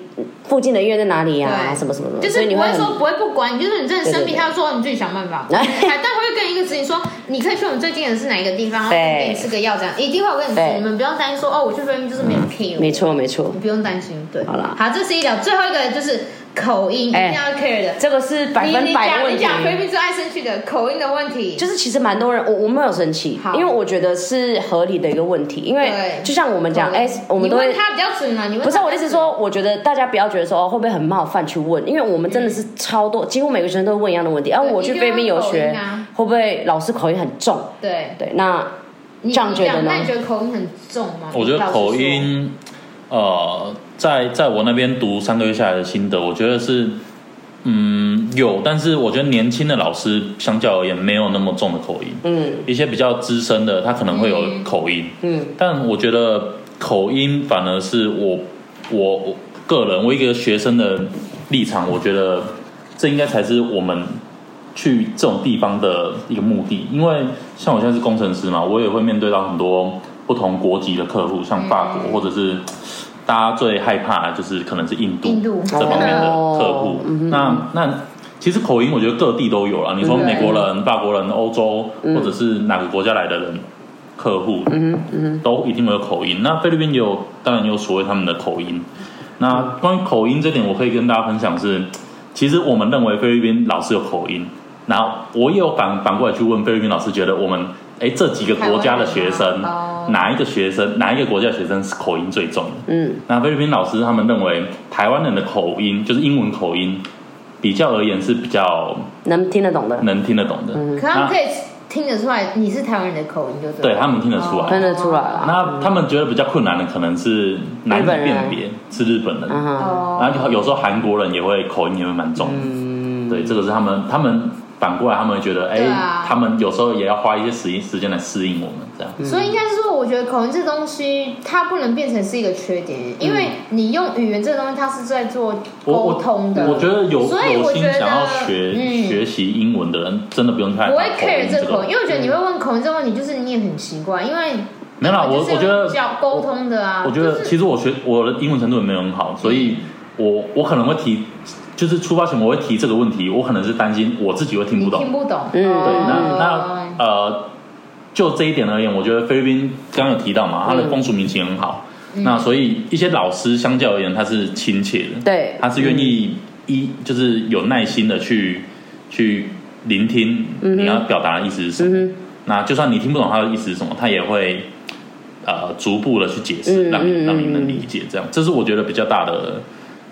Speaker 1: 附近的医院在哪里呀、
Speaker 3: 对
Speaker 1: 啊什么什么什么，
Speaker 3: 就
Speaker 1: 所
Speaker 3: 是
Speaker 1: 以你
Speaker 3: 不
Speaker 1: 会
Speaker 3: 会
Speaker 1: 很
Speaker 3: 说不会不管你，就是你真的生
Speaker 1: 对对
Speaker 3: 病，
Speaker 1: 对
Speaker 3: 他就说你自己想 办法。
Speaker 1: 哎
Speaker 3: 哎但会跟一个指引说，你可以去我们最近的是哪一个地方，然后
Speaker 1: 对
Speaker 3: 给你吃个药，这样一定会有跟你
Speaker 1: 对嗯
Speaker 3: 吃。你们不用担心说哦，我去菲律宾就是没人骗我。
Speaker 1: 没错没错，
Speaker 3: 不用担心，对，
Speaker 1: 好啦
Speaker 3: 好，这是医疗，最后一个就是口音，一
Speaker 1: 哎
Speaker 3: 定要 care 的，
Speaker 1: 这个是百
Speaker 3: 你
Speaker 1: 分
Speaker 3: 你
Speaker 1: 百
Speaker 3: 讲
Speaker 1: 的问
Speaker 3: 你
Speaker 1: 题。
Speaker 3: 讲菲律宾最爱生气的口音的问题，
Speaker 1: 就是其实蛮多人，我我没有生气，
Speaker 3: 好
Speaker 1: 因为我觉得是合理的一个问题，因为
Speaker 3: 对
Speaker 1: 就像我们讲，
Speaker 3: 口音
Speaker 1: 哎、我们都
Speaker 3: 你
Speaker 1: 会
Speaker 3: 问他比较准啊，你问
Speaker 1: 不是
Speaker 3: 他
Speaker 1: 我的意思是说，我觉得大家不要觉得说哦会不会很冒犯去问，因为我们真的是
Speaker 3: 嗯
Speaker 1: 超多，几乎每个学生都会问一样的问题。然后我去菲律宾游
Speaker 3: 一定
Speaker 1: 学
Speaker 3: 要口音啊，
Speaker 1: 会不会老师口音很重？
Speaker 3: 对，
Speaker 1: 对，那
Speaker 3: 你
Speaker 1: 这样觉得呢
Speaker 3: 那你觉得口音很重吗？
Speaker 4: 我觉得口
Speaker 3: 老实说，
Speaker 4: 音，呃，在在我那边读三个月下来的心得，我觉得是嗯，有，但是我觉得年轻的老师相较而言没有那么重的口音，
Speaker 1: 嗯
Speaker 4: 一些比较资深的他可能会有
Speaker 3: 嗯
Speaker 4: 口音，
Speaker 1: 嗯
Speaker 4: 但我觉得口音反而是我我我个人我一个学生的立场，我觉得这应该才是我们去这种地方的一个目的。因为像我现在是工程师嘛，我也会面对到很多不同国籍的客户，像法国、或者是大家最害怕的就是可能是印度
Speaker 3: 印度
Speaker 4: 这方面的客户。
Speaker 1: 哦哦嗯哼
Speaker 4: 那那其实口音我觉得各地都有啦，你说
Speaker 3: 对
Speaker 4: 美国人、法国人、欧洲
Speaker 1: 嗯
Speaker 4: 或者是哪个国家来的人。客户
Speaker 1: 嗯嗯
Speaker 4: 都一定会有口音。那菲律宾也有，当然也有所谓他们的口音。那关于口音这点，我可以跟大家分享是，其实我们认为菲律宾老师有口音，然后我也有反反过来去问菲律宾老师，觉得我们哎这几个国家的学生
Speaker 3: 台湾人吗哦，
Speaker 4: 哪一个学生，哪一个国家的学生是口音最重的？
Speaker 1: 嗯
Speaker 4: 那菲律宾老师他们认为台湾人的口音，就是英文口音，比较而言是比较
Speaker 1: 能听得懂的，
Speaker 4: 能听得懂的。
Speaker 1: 嗯
Speaker 3: 可他们可以听得出来你是台湾人的口音，就
Speaker 4: 对他们听得出来
Speaker 1: 听得出来啦。
Speaker 4: 那他们觉得比较困难的可能是难以
Speaker 1: 日本人
Speaker 4: 辨别是日本人，
Speaker 1: 嗯哼
Speaker 4: 然
Speaker 3: 哦，
Speaker 4: 后有时候韩国人也会口音也会蛮重的，
Speaker 1: 嗯，
Speaker 4: 对，这个是他们他们反过来他们会觉得，哎、
Speaker 3: 对啊
Speaker 4: 他们有时候也要花一些时时间来适应我们这样。
Speaker 3: 所以应该是说，我觉得口音这东西，它不能变成是一个缺点，因为你用语言这个东西，它是在做
Speaker 4: 我我
Speaker 3: 沟通的。
Speaker 4: 我觉得有
Speaker 3: 所以
Speaker 4: 有
Speaker 3: 我
Speaker 4: 心
Speaker 3: 觉得
Speaker 4: 想要学、
Speaker 3: 嗯
Speaker 4: 学习英文的人，真的不用太
Speaker 3: 不会
Speaker 4: 怕口
Speaker 3: care
Speaker 4: 音
Speaker 3: 这
Speaker 4: 这
Speaker 3: 个口音，
Speaker 4: 个。
Speaker 3: 因为我觉得你会问口音这个问题，就是你也很奇怪，因为
Speaker 4: 没有啦，我
Speaker 3: 就是
Speaker 4: 我觉得
Speaker 3: 要沟通的啊，嗯
Speaker 4: 我觉得其实我学我的英文程度也没有很好，所以我我可能会提，就是出发前我会提这个问题，我可能是担心我自己会听
Speaker 3: 你
Speaker 4: 不懂
Speaker 3: 听。不懂，
Speaker 1: 嗯
Speaker 4: 对，那那
Speaker 3: 哦
Speaker 4: 呃，就这一点而言，我觉得菲律宾刚刚有提到嘛，它的风俗民情很好，那所以一些老师相较而言，他是亲切的，
Speaker 1: 对，
Speaker 4: 他是愿意一就是有耐心的去去聆听你要表达的意思是什么。
Speaker 1: 嗯
Speaker 4: 那就算你听不懂他的意思是什么，他也会呃逐步的去解释，
Speaker 1: 嗯
Speaker 4: 让你
Speaker 1: 嗯
Speaker 4: 让你
Speaker 1: 嗯
Speaker 4: 能理解。这样，这是我觉得比较大的，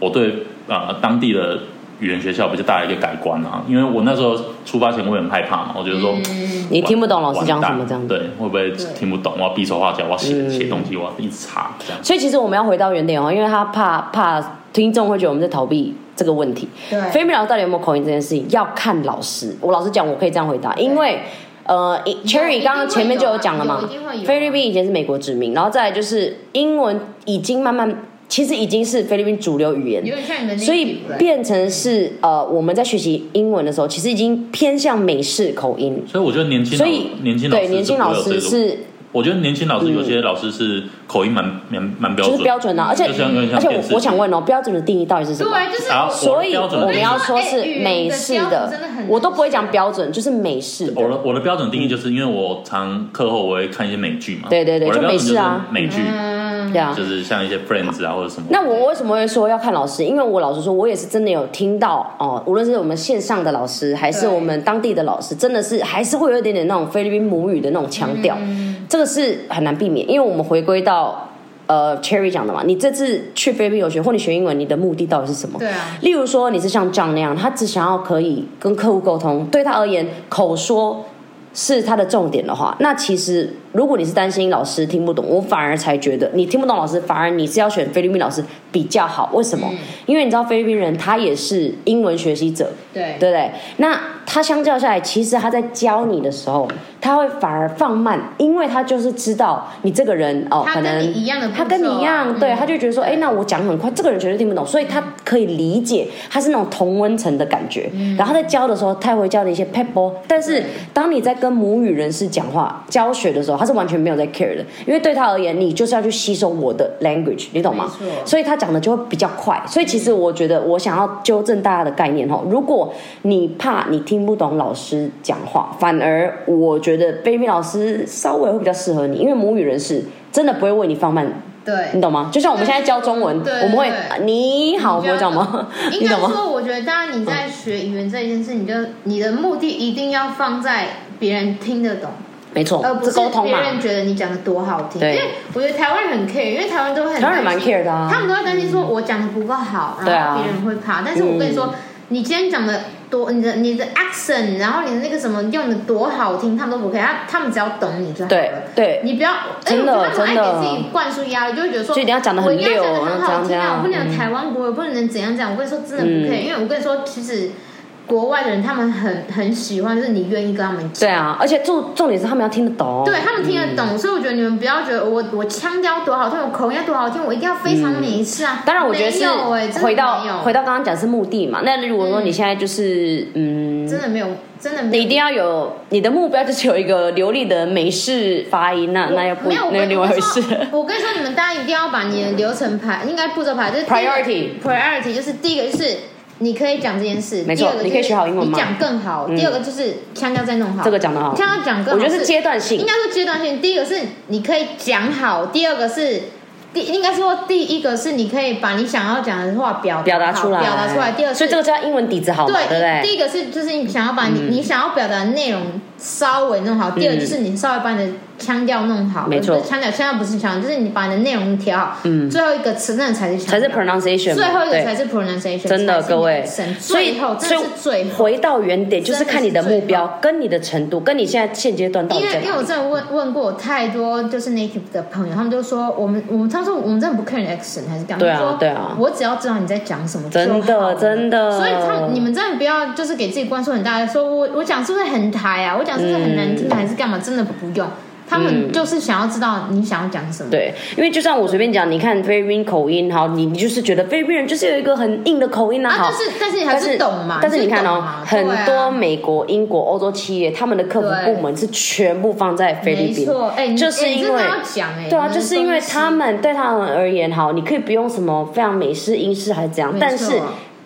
Speaker 4: 我对呃当地的语言学校比较大的一个改观啊。因为我那时候出发前我也很害怕嘛，我觉得说。
Speaker 3: 嗯，
Speaker 1: 你听不懂老师讲什么这样子。
Speaker 4: 完蛋对，会不会听不懂？我要比手画脚，我要写
Speaker 1: 嗯
Speaker 4: 写东西，我要一直查这样。
Speaker 1: 所以其实我们要回到原点哦，因为他怕怕听众会觉得我们在逃避这个问题。
Speaker 3: 对
Speaker 1: 菲律宾老师到底有没有口音这件事情，要看老师。我老实讲，我可以这样回答，因为呃一
Speaker 3: 一定会
Speaker 1: ，Cherry
Speaker 3: 有
Speaker 1: 刚刚前面就有讲了嘛
Speaker 3: 有一定会有，
Speaker 1: 菲律宾以前是美国殖民，然后再来就是英文已经慢慢，其实已经是菲律宾主流语言
Speaker 3: 有点像你的，
Speaker 1: 所以变成是呃我们在学习英文的时候，其实已经偏向美式口音。
Speaker 4: 所以我觉得年轻老
Speaker 1: 所以，
Speaker 4: 年轻老师
Speaker 1: 对年轻
Speaker 4: 不会
Speaker 1: 老
Speaker 4: 有
Speaker 1: 师
Speaker 4: 这种，
Speaker 1: 是
Speaker 4: 我觉得年轻老师有些老师是口音蛮蛮蛮标
Speaker 1: 就
Speaker 4: 准，
Speaker 1: 是标准啊的、而且
Speaker 4: 就像有点像
Speaker 1: 而且
Speaker 4: 电视剧
Speaker 1: 我我想问哦，标准的定义到底是什么？
Speaker 3: 对，就是
Speaker 4: 啊
Speaker 1: 所以
Speaker 4: 我的标准
Speaker 1: 我们要说是美式
Speaker 3: 我跟你说哎语言的标准真的很
Speaker 1: 我都不会讲标准，就是美式的
Speaker 4: 我。的我的标准定义就是因为我常课后我会看一些美剧嘛，
Speaker 1: 嗯对对对
Speaker 4: 我的
Speaker 1: 就
Speaker 4: 标
Speaker 1: 美
Speaker 4: 准就
Speaker 1: 式
Speaker 4: 是
Speaker 1: 啊
Speaker 4: 美剧，
Speaker 3: 嗯，
Speaker 1: 对啊
Speaker 4: 就，是像一些 Friends 啊或者什么。
Speaker 1: 那我为什么会说要看老师？因为我老实说，我也是真的有听到哦、无论是我们线上的老师，还是
Speaker 3: 对
Speaker 1: 我们当地的老师，真的是还是会有一点点那种菲律宾母语的那种腔调，
Speaker 3: 嗯
Speaker 1: 这个是很难避免。因为我们回归到呃 Cherry 讲的嘛，你这次去菲律宾游学或你学英文，你的目的到底是什么？
Speaker 3: 对啊，
Speaker 1: 例如说，你是像 John 那样，他只想要可以跟客户沟通，对他而言，口说是他的重点的话，那其实如果你是担心老师听不懂，我反而才觉得你听不懂老师，反而你是要选菲律宾老师比较好。为什么？
Speaker 3: 嗯
Speaker 1: 因为你知道菲律宾人他也是英文学习者，
Speaker 3: 对，
Speaker 1: 对不对？那他相较下来，其实他在教你的时候，他会反而放慢，因为他就是知道你这个人哦，
Speaker 3: 他
Speaker 1: 可
Speaker 3: 跟
Speaker 1: 能
Speaker 3: 你一样的步骤
Speaker 1: 他
Speaker 3: 啊
Speaker 1: 跟你一样，
Speaker 3: 嗯
Speaker 1: 对，他就觉得说，哎，那我讲很快，这个人绝对听不懂，所以他可以理解，他是那种同温层的感觉。
Speaker 3: 嗯
Speaker 1: 然后在教的时候，他也会教你一些 p e p l e 但是当你在跟母语人士讲话、教学的时候，他是完全没有在 care 的，因为对他而言，你就是要去吸收我的 language，你懂吗？
Speaker 3: 没错
Speaker 1: 所以他讲的就会比较快。所以其实我觉得，我想要纠正大家的概念哦，如果你怕你听不懂老师讲话，反而我觉得菲律宾老师稍微会比较适合你，因为母语人士真的不会为你放慢，
Speaker 3: 对
Speaker 1: 你。懂吗？就像我们现在教中文，
Speaker 3: 对对
Speaker 1: 我们会
Speaker 3: 对
Speaker 1: 啊你好，
Speaker 3: 你
Speaker 1: 不
Speaker 3: 觉得
Speaker 1: 会讲吗？
Speaker 3: 应
Speaker 1: 你
Speaker 3: 该
Speaker 1: 懂吗？
Speaker 3: 说，我觉得，当然你在学语言这件事，你就你
Speaker 1: 嗯
Speaker 3: 的目的一定要放在别人听得懂，
Speaker 1: 没错
Speaker 3: 呃而，不
Speaker 1: 这
Speaker 3: 是
Speaker 1: 沟通
Speaker 3: 别
Speaker 1: 嘛。
Speaker 3: 人觉得你讲的多好听。因
Speaker 1: 对
Speaker 3: 为我觉得台湾人很 care，因为台湾都很
Speaker 1: 台湾人蛮
Speaker 3: 担心
Speaker 1: care 的啊
Speaker 3: 他们都会担心说我讲的不够好，
Speaker 1: 对
Speaker 3: 然
Speaker 1: 啊嗯
Speaker 3: 后别人会怕。但是我跟你说，你今天讲的多你的你的 accent，然后你的那个什么用的多好听，他们都不 care，他他们只要懂你就好
Speaker 1: 对
Speaker 3: 了。
Speaker 1: 对
Speaker 3: 你不要，哎，
Speaker 1: 真
Speaker 3: 我
Speaker 1: 的
Speaker 3: 觉得他们很
Speaker 1: 真
Speaker 3: 爱
Speaker 1: 的
Speaker 3: 给自己灌输压力，就会觉得说，
Speaker 1: 就一定要讲得很
Speaker 3: 我一定要讲得
Speaker 1: 溜
Speaker 3: 很
Speaker 1: 然后
Speaker 3: 好
Speaker 1: 怎
Speaker 3: 听
Speaker 1: 样怎嗯样
Speaker 3: 啊，我不能有台湾国语，我不能怎样怎样。我跟你说，真的不可以，因为我跟你说，其实国外的人他们很很喜欢，就是你愿意跟他们讲。
Speaker 1: 对啊，而且重重点是他们要听得懂，嗯
Speaker 3: 对他们听得懂，所以我觉得你们不要觉得我我腔调多好听，我口音要多好听，我一定要非常美式啊。
Speaker 1: 嗯当然，我觉得
Speaker 3: 没有哎、
Speaker 1: 是
Speaker 3: 真的
Speaker 1: 回到、
Speaker 3: 没有嗯
Speaker 1: 回到刚刚讲是目的嘛。那如果说你现在就是嗯，
Speaker 3: 真的没有，真的没
Speaker 1: 你
Speaker 3: 有
Speaker 1: 一定要有你的目标，就是有一个流利的美式发音，啊那那又不
Speaker 3: 没有，我
Speaker 1: 那又
Speaker 3: 跟
Speaker 1: 另外一回事。
Speaker 3: 我跟你说，你们大家一定要把你的流程排，应该步骤排，就是第一个
Speaker 1: Priority
Speaker 3: priority 就是第一个就是你可以讲这件事，
Speaker 1: 没错
Speaker 3: 第二个就是
Speaker 1: 你可以学好英文
Speaker 3: 你
Speaker 1: 吗
Speaker 3: 讲更好。第二个就是腔调再弄 好，
Speaker 1: 这个讲得好
Speaker 3: 腔调讲更好，
Speaker 1: 我觉得是阶段性
Speaker 3: 应该说阶段性。第一个是你可以讲好，第二个是。第应该说，第一个是你可以把你想要讲的话表
Speaker 1: 表达出来，
Speaker 3: 表达出来。第二个是，
Speaker 1: 所以这个叫英文底子好嘛，对不
Speaker 3: 对，
Speaker 1: 对？
Speaker 3: 第一个是就是你想要把你、你想要表达的内容稍微弄好，第二
Speaker 1: 嗯
Speaker 3: 就是你稍微把你的腔调弄好，
Speaker 1: 没错
Speaker 3: 不是腔调腔调不是腔调，就是你把你的内容调好，嗯，最后一个词那才是腔
Speaker 1: 才是
Speaker 3: 调
Speaker 1: pronunciation，
Speaker 3: 最后一个
Speaker 1: 对
Speaker 3: 才是 pronunciation，
Speaker 1: 真的
Speaker 3: 才是
Speaker 1: 各位
Speaker 3: 你accent，
Speaker 1: 所以
Speaker 3: 最后
Speaker 1: 所
Speaker 3: 真
Speaker 1: 以
Speaker 3: 的是最后。
Speaker 1: 回到原点，就是
Speaker 3: 真的
Speaker 1: 看你
Speaker 3: 是
Speaker 1: 的
Speaker 3: 最
Speaker 1: 目
Speaker 3: 后
Speaker 1: 标跟你的程度，跟你现在现阶段到
Speaker 3: 因
Speaker 1: 底在
Speaker 3: 为因为
Speaker 1: 哪
Speaker 3: 我
Speaker 1: 里？
Speaker 3: 真的问问过太多就是 native 的朋友，他们就说我们我们他说我们真的不看你的 accent 还是干嘛？
Speaker 1: 对啊
Speaker 3: 他说
Speaker 1: 对啊
Speaker 3: 我只要知道你在讲什么就
Speaker 1: 真
Speaker 3: 好
Speaker 1: 的
Speaker 3: 了
Speaker 1: 真的，
Speaker 3: 所以他们你们真的不要就是给自己灌输很大的，说我我讲是不是很台啊？我讲是不是很难听啊还是干嘛？真的不用，他们就是想要知道你想要讲什
Speaker 1: 嗯
Speaker 3: 么。
Speaker 1: 对，因为就算我随便讲，你看菲律宾口音，好，你你就是觉得菲律宾人就是有一个很硬的口音啊，
Speaker 3: 啊，
Speaker 1: 好
Speaker 3: 但。是但是你还
Speaker 1: 但
Speaker 3: 是懂嘛？
Speaker 1: 但是你看
Speaker 3: 懂
Speaker 1: 哦
Speaker 3: 嘛，
Speaker 1: 很
Speaker 3: 对啊
Speaker 1: 多美国、英国、欧洲企业，他们的客服
Speaker 3: 对
Speaker 1: 部门是全部放在菲律
Speaker 3: 没
Speaker 1: 宾，
Speaker 3: 错，哎，你
Speaker 1: 就是
Speaker 3: 哎你
Speaker 1: 因
Speaker 3: 真
Speaker 1: 为
Speaker 3: 的要讲哎，
Speaker 1: 对啊，
Speaker 3: 你
Speaker 1: 就是因为他
Speaker 3: 们
Speaker 1: 们对他们而言，好，你可以不用什么非常美式、英式还是怎样，
Speaker 3: 没错
Speaker 1: 但是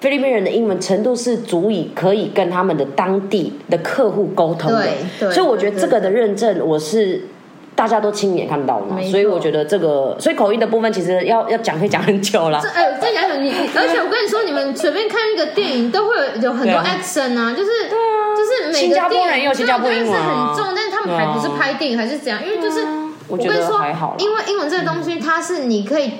Speaker 1: 菲律宾人的英文程度是足以可以跟他们的当地的客户沟通的
Speaker 3: 对，对
Speaker 1: 所以我觉得这个的认证我是。大家都亲眼看到嘛，
Speaker 3: 没错
Speaker 1: 所以我觉得这个，所以口音的部分其实要要讲可以讲很久啦
Speaker 3: 这。哎，再讲讲你，你而且我跟你说，你们随便看一个电影都会有有很
Speaker 1: 对
Speaker 3: 多
Speaker 1: 啊
Speaker 3: accent 啊，就是就是每
Speaker 1: 新
Speaker 3: 个
Speaker 1: 加坡
Speaker 3: 电
Speaker 1: 人
Speaker 3: 影
Speaker 1: 也有新加坡
Speaker 3: 对
Speaker 1: 英文
Speaker 3: 但是
Speaker 1: 啊
Speaker 3: 很重，但是他们还不是拍电影还是怎样，因为就是
Speaker 1: 我觉
Speaker 3: 跟你
Speaker 1: 得
Speaker 3: 说
Speaker 1: 还好啦，嗯
Speaker 3: 因为英文这个东西它是你可以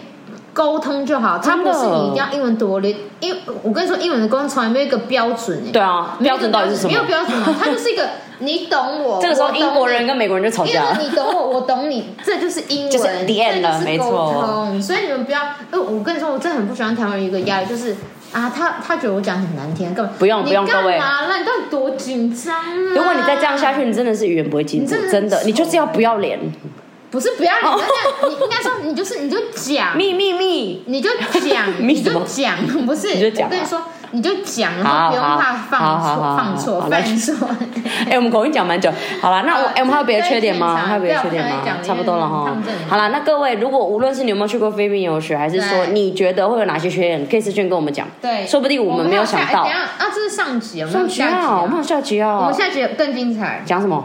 Speaker 3: 沟通就好，它
Speaker 1: 真
Speaker 3: 不
Speaker 1: 的
Speaker 3: 是你一定要英文多厉，因为我跟你说英文的沟通从来没有一个标准哎、
Speaker 1: 对啊，
Speaker 3: 没有
Speaker 1: 标准
Speaker 3: 一个
Speaker 1: 到底是什么
Speaker 3: 没？有标准啊，它就是一个你懂我，
Speaker 1: 这个时候
Speaker 3: 我懂
Speaker 1: 英国人
Speaker 3: 你
Speaker 1: 跟美国人就吵
Speaker 3: 因为
Speaker 1: 架了。
Speaker 3: 你懂我，我懂你，这就是英文，
Speaker 1: 就是 the
Speaker 3: 这
Speaker 1: end 了
Speaker 3: 就是
Speaker 1: 没错
Speaker 3: 沟通。所以你们不要，呃，我跟你说，我真的很不喜欢台湾人有一个压力，就是啊，他他觉得我讲很难听，根本
Speaker 1: 不用不用
Speaker 3: 你干
Speaker 1: 各位
Speaker 3: 嘛啦？你到底多紧张啊？
Speaker 1: 如果你再这样下，去，你真的是语言不会进
Speaker 3: 你
Speaker 1: 步
Speaker 3: 真，的
Speaker 1: 真的，你就是要不要脸，
Speaker 3: 不是不要脸，但是你应该说，你就是你就讲，
Speaker 1: 密密密。
Speaker 3: 你就讲，
Speaker 1: 你
Speaker 3: 你
Speaker 1: 什么
Speaker 3: 就讲，不是，
Speaker 1: 你就讲啊
Speaker 3: 我跟你说，你就讲，然
Speaker 1: 好
Speaker 3: 后不用
Speaker 1: 好
Speaker 3: 怕
Speaker 1: 好
Speaker 3: 放
Speaker 1: 好好
Speaker 3: 错，放错，
Speaker 1: 好
Speaker 3: 犯错。
Speaker 1: 哎、我们口音讲蛮久，好了，那我
Speaker 3: 呃
Speaker 1: 哎、我们还有别的缺点吗？
Speaker 3: 对
Speaker 1: 还有别的缺点吗
Speaker 3: 对我？们
Speaker 1: 差不多了哈
Speaker 3: 讲因为他们真的很。
Speaker 1: 好了，那各位，如果无论是你有没有去过菲律宾游学，还是说
Speaker 3: 对
Speaker 1: 你觉得会有哪些缺点，可以私讯跟我们讲。
Speaker 3: 对，
Speaker 1: 说不定我们没有想到
Speaker 3: 我们还有下哎等一下啊，这是上集，我们
Speaker 1: 上
Speaker 3: 还有
Speaker 1: 集
Speaker 3: 下集
Speaker 1: 啊，我
Speaker 3: 啊
Speaker 1: 们还有下集
Speaker 3: 我
Speaker 1: 啊
Speaker 3: 们，下集更精彩，
Speaker 1: 讲什么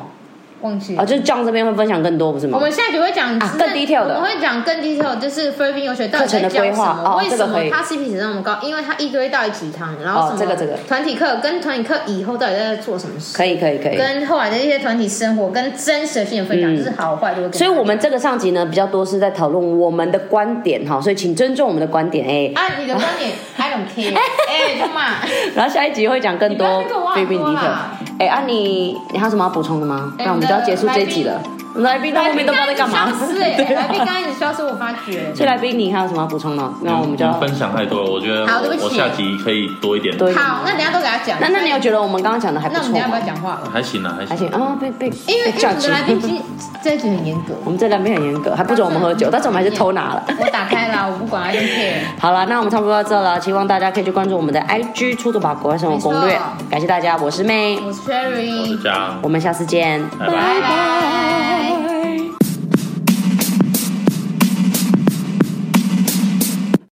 Speaker 3: 忘记了
Speaker 1: 啊？就是 John 这边会分享更多，不是吗
Speaker 3: 我？们下集会讲
Speaker 1: 啊更 detail 的
Speaker 3: 我们会讲更 detail，就是菲律宾游学到
Speaker 1: 课
Speaker 3: 底
Speaker 1: 程
Speaker 3: 在
Speaker 1: 的
Speaker 3: 讲
Speaker 1: 规
Speaker 3: 什
Speaker 1: 划
Speaker 3: 么，
Speaker 1: 哦
Speaker 3: 为
Speaker 1: 这
Speaker 3: 什
Speaker 1: 个可以
Speaker 3: 么它 CP 值那么高？因为它一堆到底几堂，然
Speaker 1: 哦
Speaker 3: 后什么
Speaker 1: 这个这个
Speaker 3: 团体课跟团体课以后到底在做什么事，
Speaker 1: 可以，可以，可以。嗯
Speaker 3: 跟后来的一些团体生活跟真实的新人分享，就是好坏都会跟大家
Speaker 1: 所
Speaker 3: 讲。
Speaker 1: 以，我们这个上集呢比较多是在讨论我们的观点哈，所以请尊重我们的观点哎、
Speaker 3: 啊，你的观 点 I don't care，哎，就骂。
Speaker 1: 然后下一集会讲更多
Speaker 3: 你不要那个挖
Speaker 1: 菲律宾
Speaker 3: 很多
Speaker 1: detail
Speaker 3: 啦。
Speaker 1: 哎，啊你，你还有什么要补充的吗？
Speaker 3: 哎
Speaker 1: 那我们就要结束这一集了。我们的来宾到后面都不知道在干嘛。啊
Speaker 3: 是哎，来宾刚开始消失，我发觉。
Speaker 1: 所以来宾，你还有什么要补充的？那我们就要
Speaker 4: 你分享太多了，我觉得
Speaker 3: 好对不
Speaker 4: 我
Speaker 3: 起
Speaker 4: 我下集可以多一点。
Speaker 1: 多一点。
Speaker 3: 好，那等一下都给他讲。
Speaker 1: 那那你有觉得我们刚刚讲的还不
Speaker 3: 那我们
Speaker 1: 错
Speaker 3: 等一下不
Speaker 1: 吗
Speaker 3: 要？讲话了，
Speaker 4: 还行啊，还
Speaker 1: 还
Speaker 4: 行。
Speaker 1: 行啊，被被
Speaker 3: 因为
Speaker 1: 被
Speaker 3: 因为我们的来宾
Speaker 1: judge。
Speaker 3: 今这一集很严格。
Speaker 1: 我们这两边很严格，还不准我们喝酒，但是我们还是偷拿 了。
Speaker 3: 我打开了，我不管，I don't care。
Speaker 1: 好了，那我们差不多到这了，希望大家可以去关注我们的 IG“ 出走吧国外生活攻略
Speaker 3: 没错”。
Speaker 1: 感谢大家，我是妹，
Speaker 3: 我是 Sherry，
Speaker 4: 我是这样，
Speaker 1: 我们下次见，
Speaker 4: 拜拜
Speaker 3: 拜拜。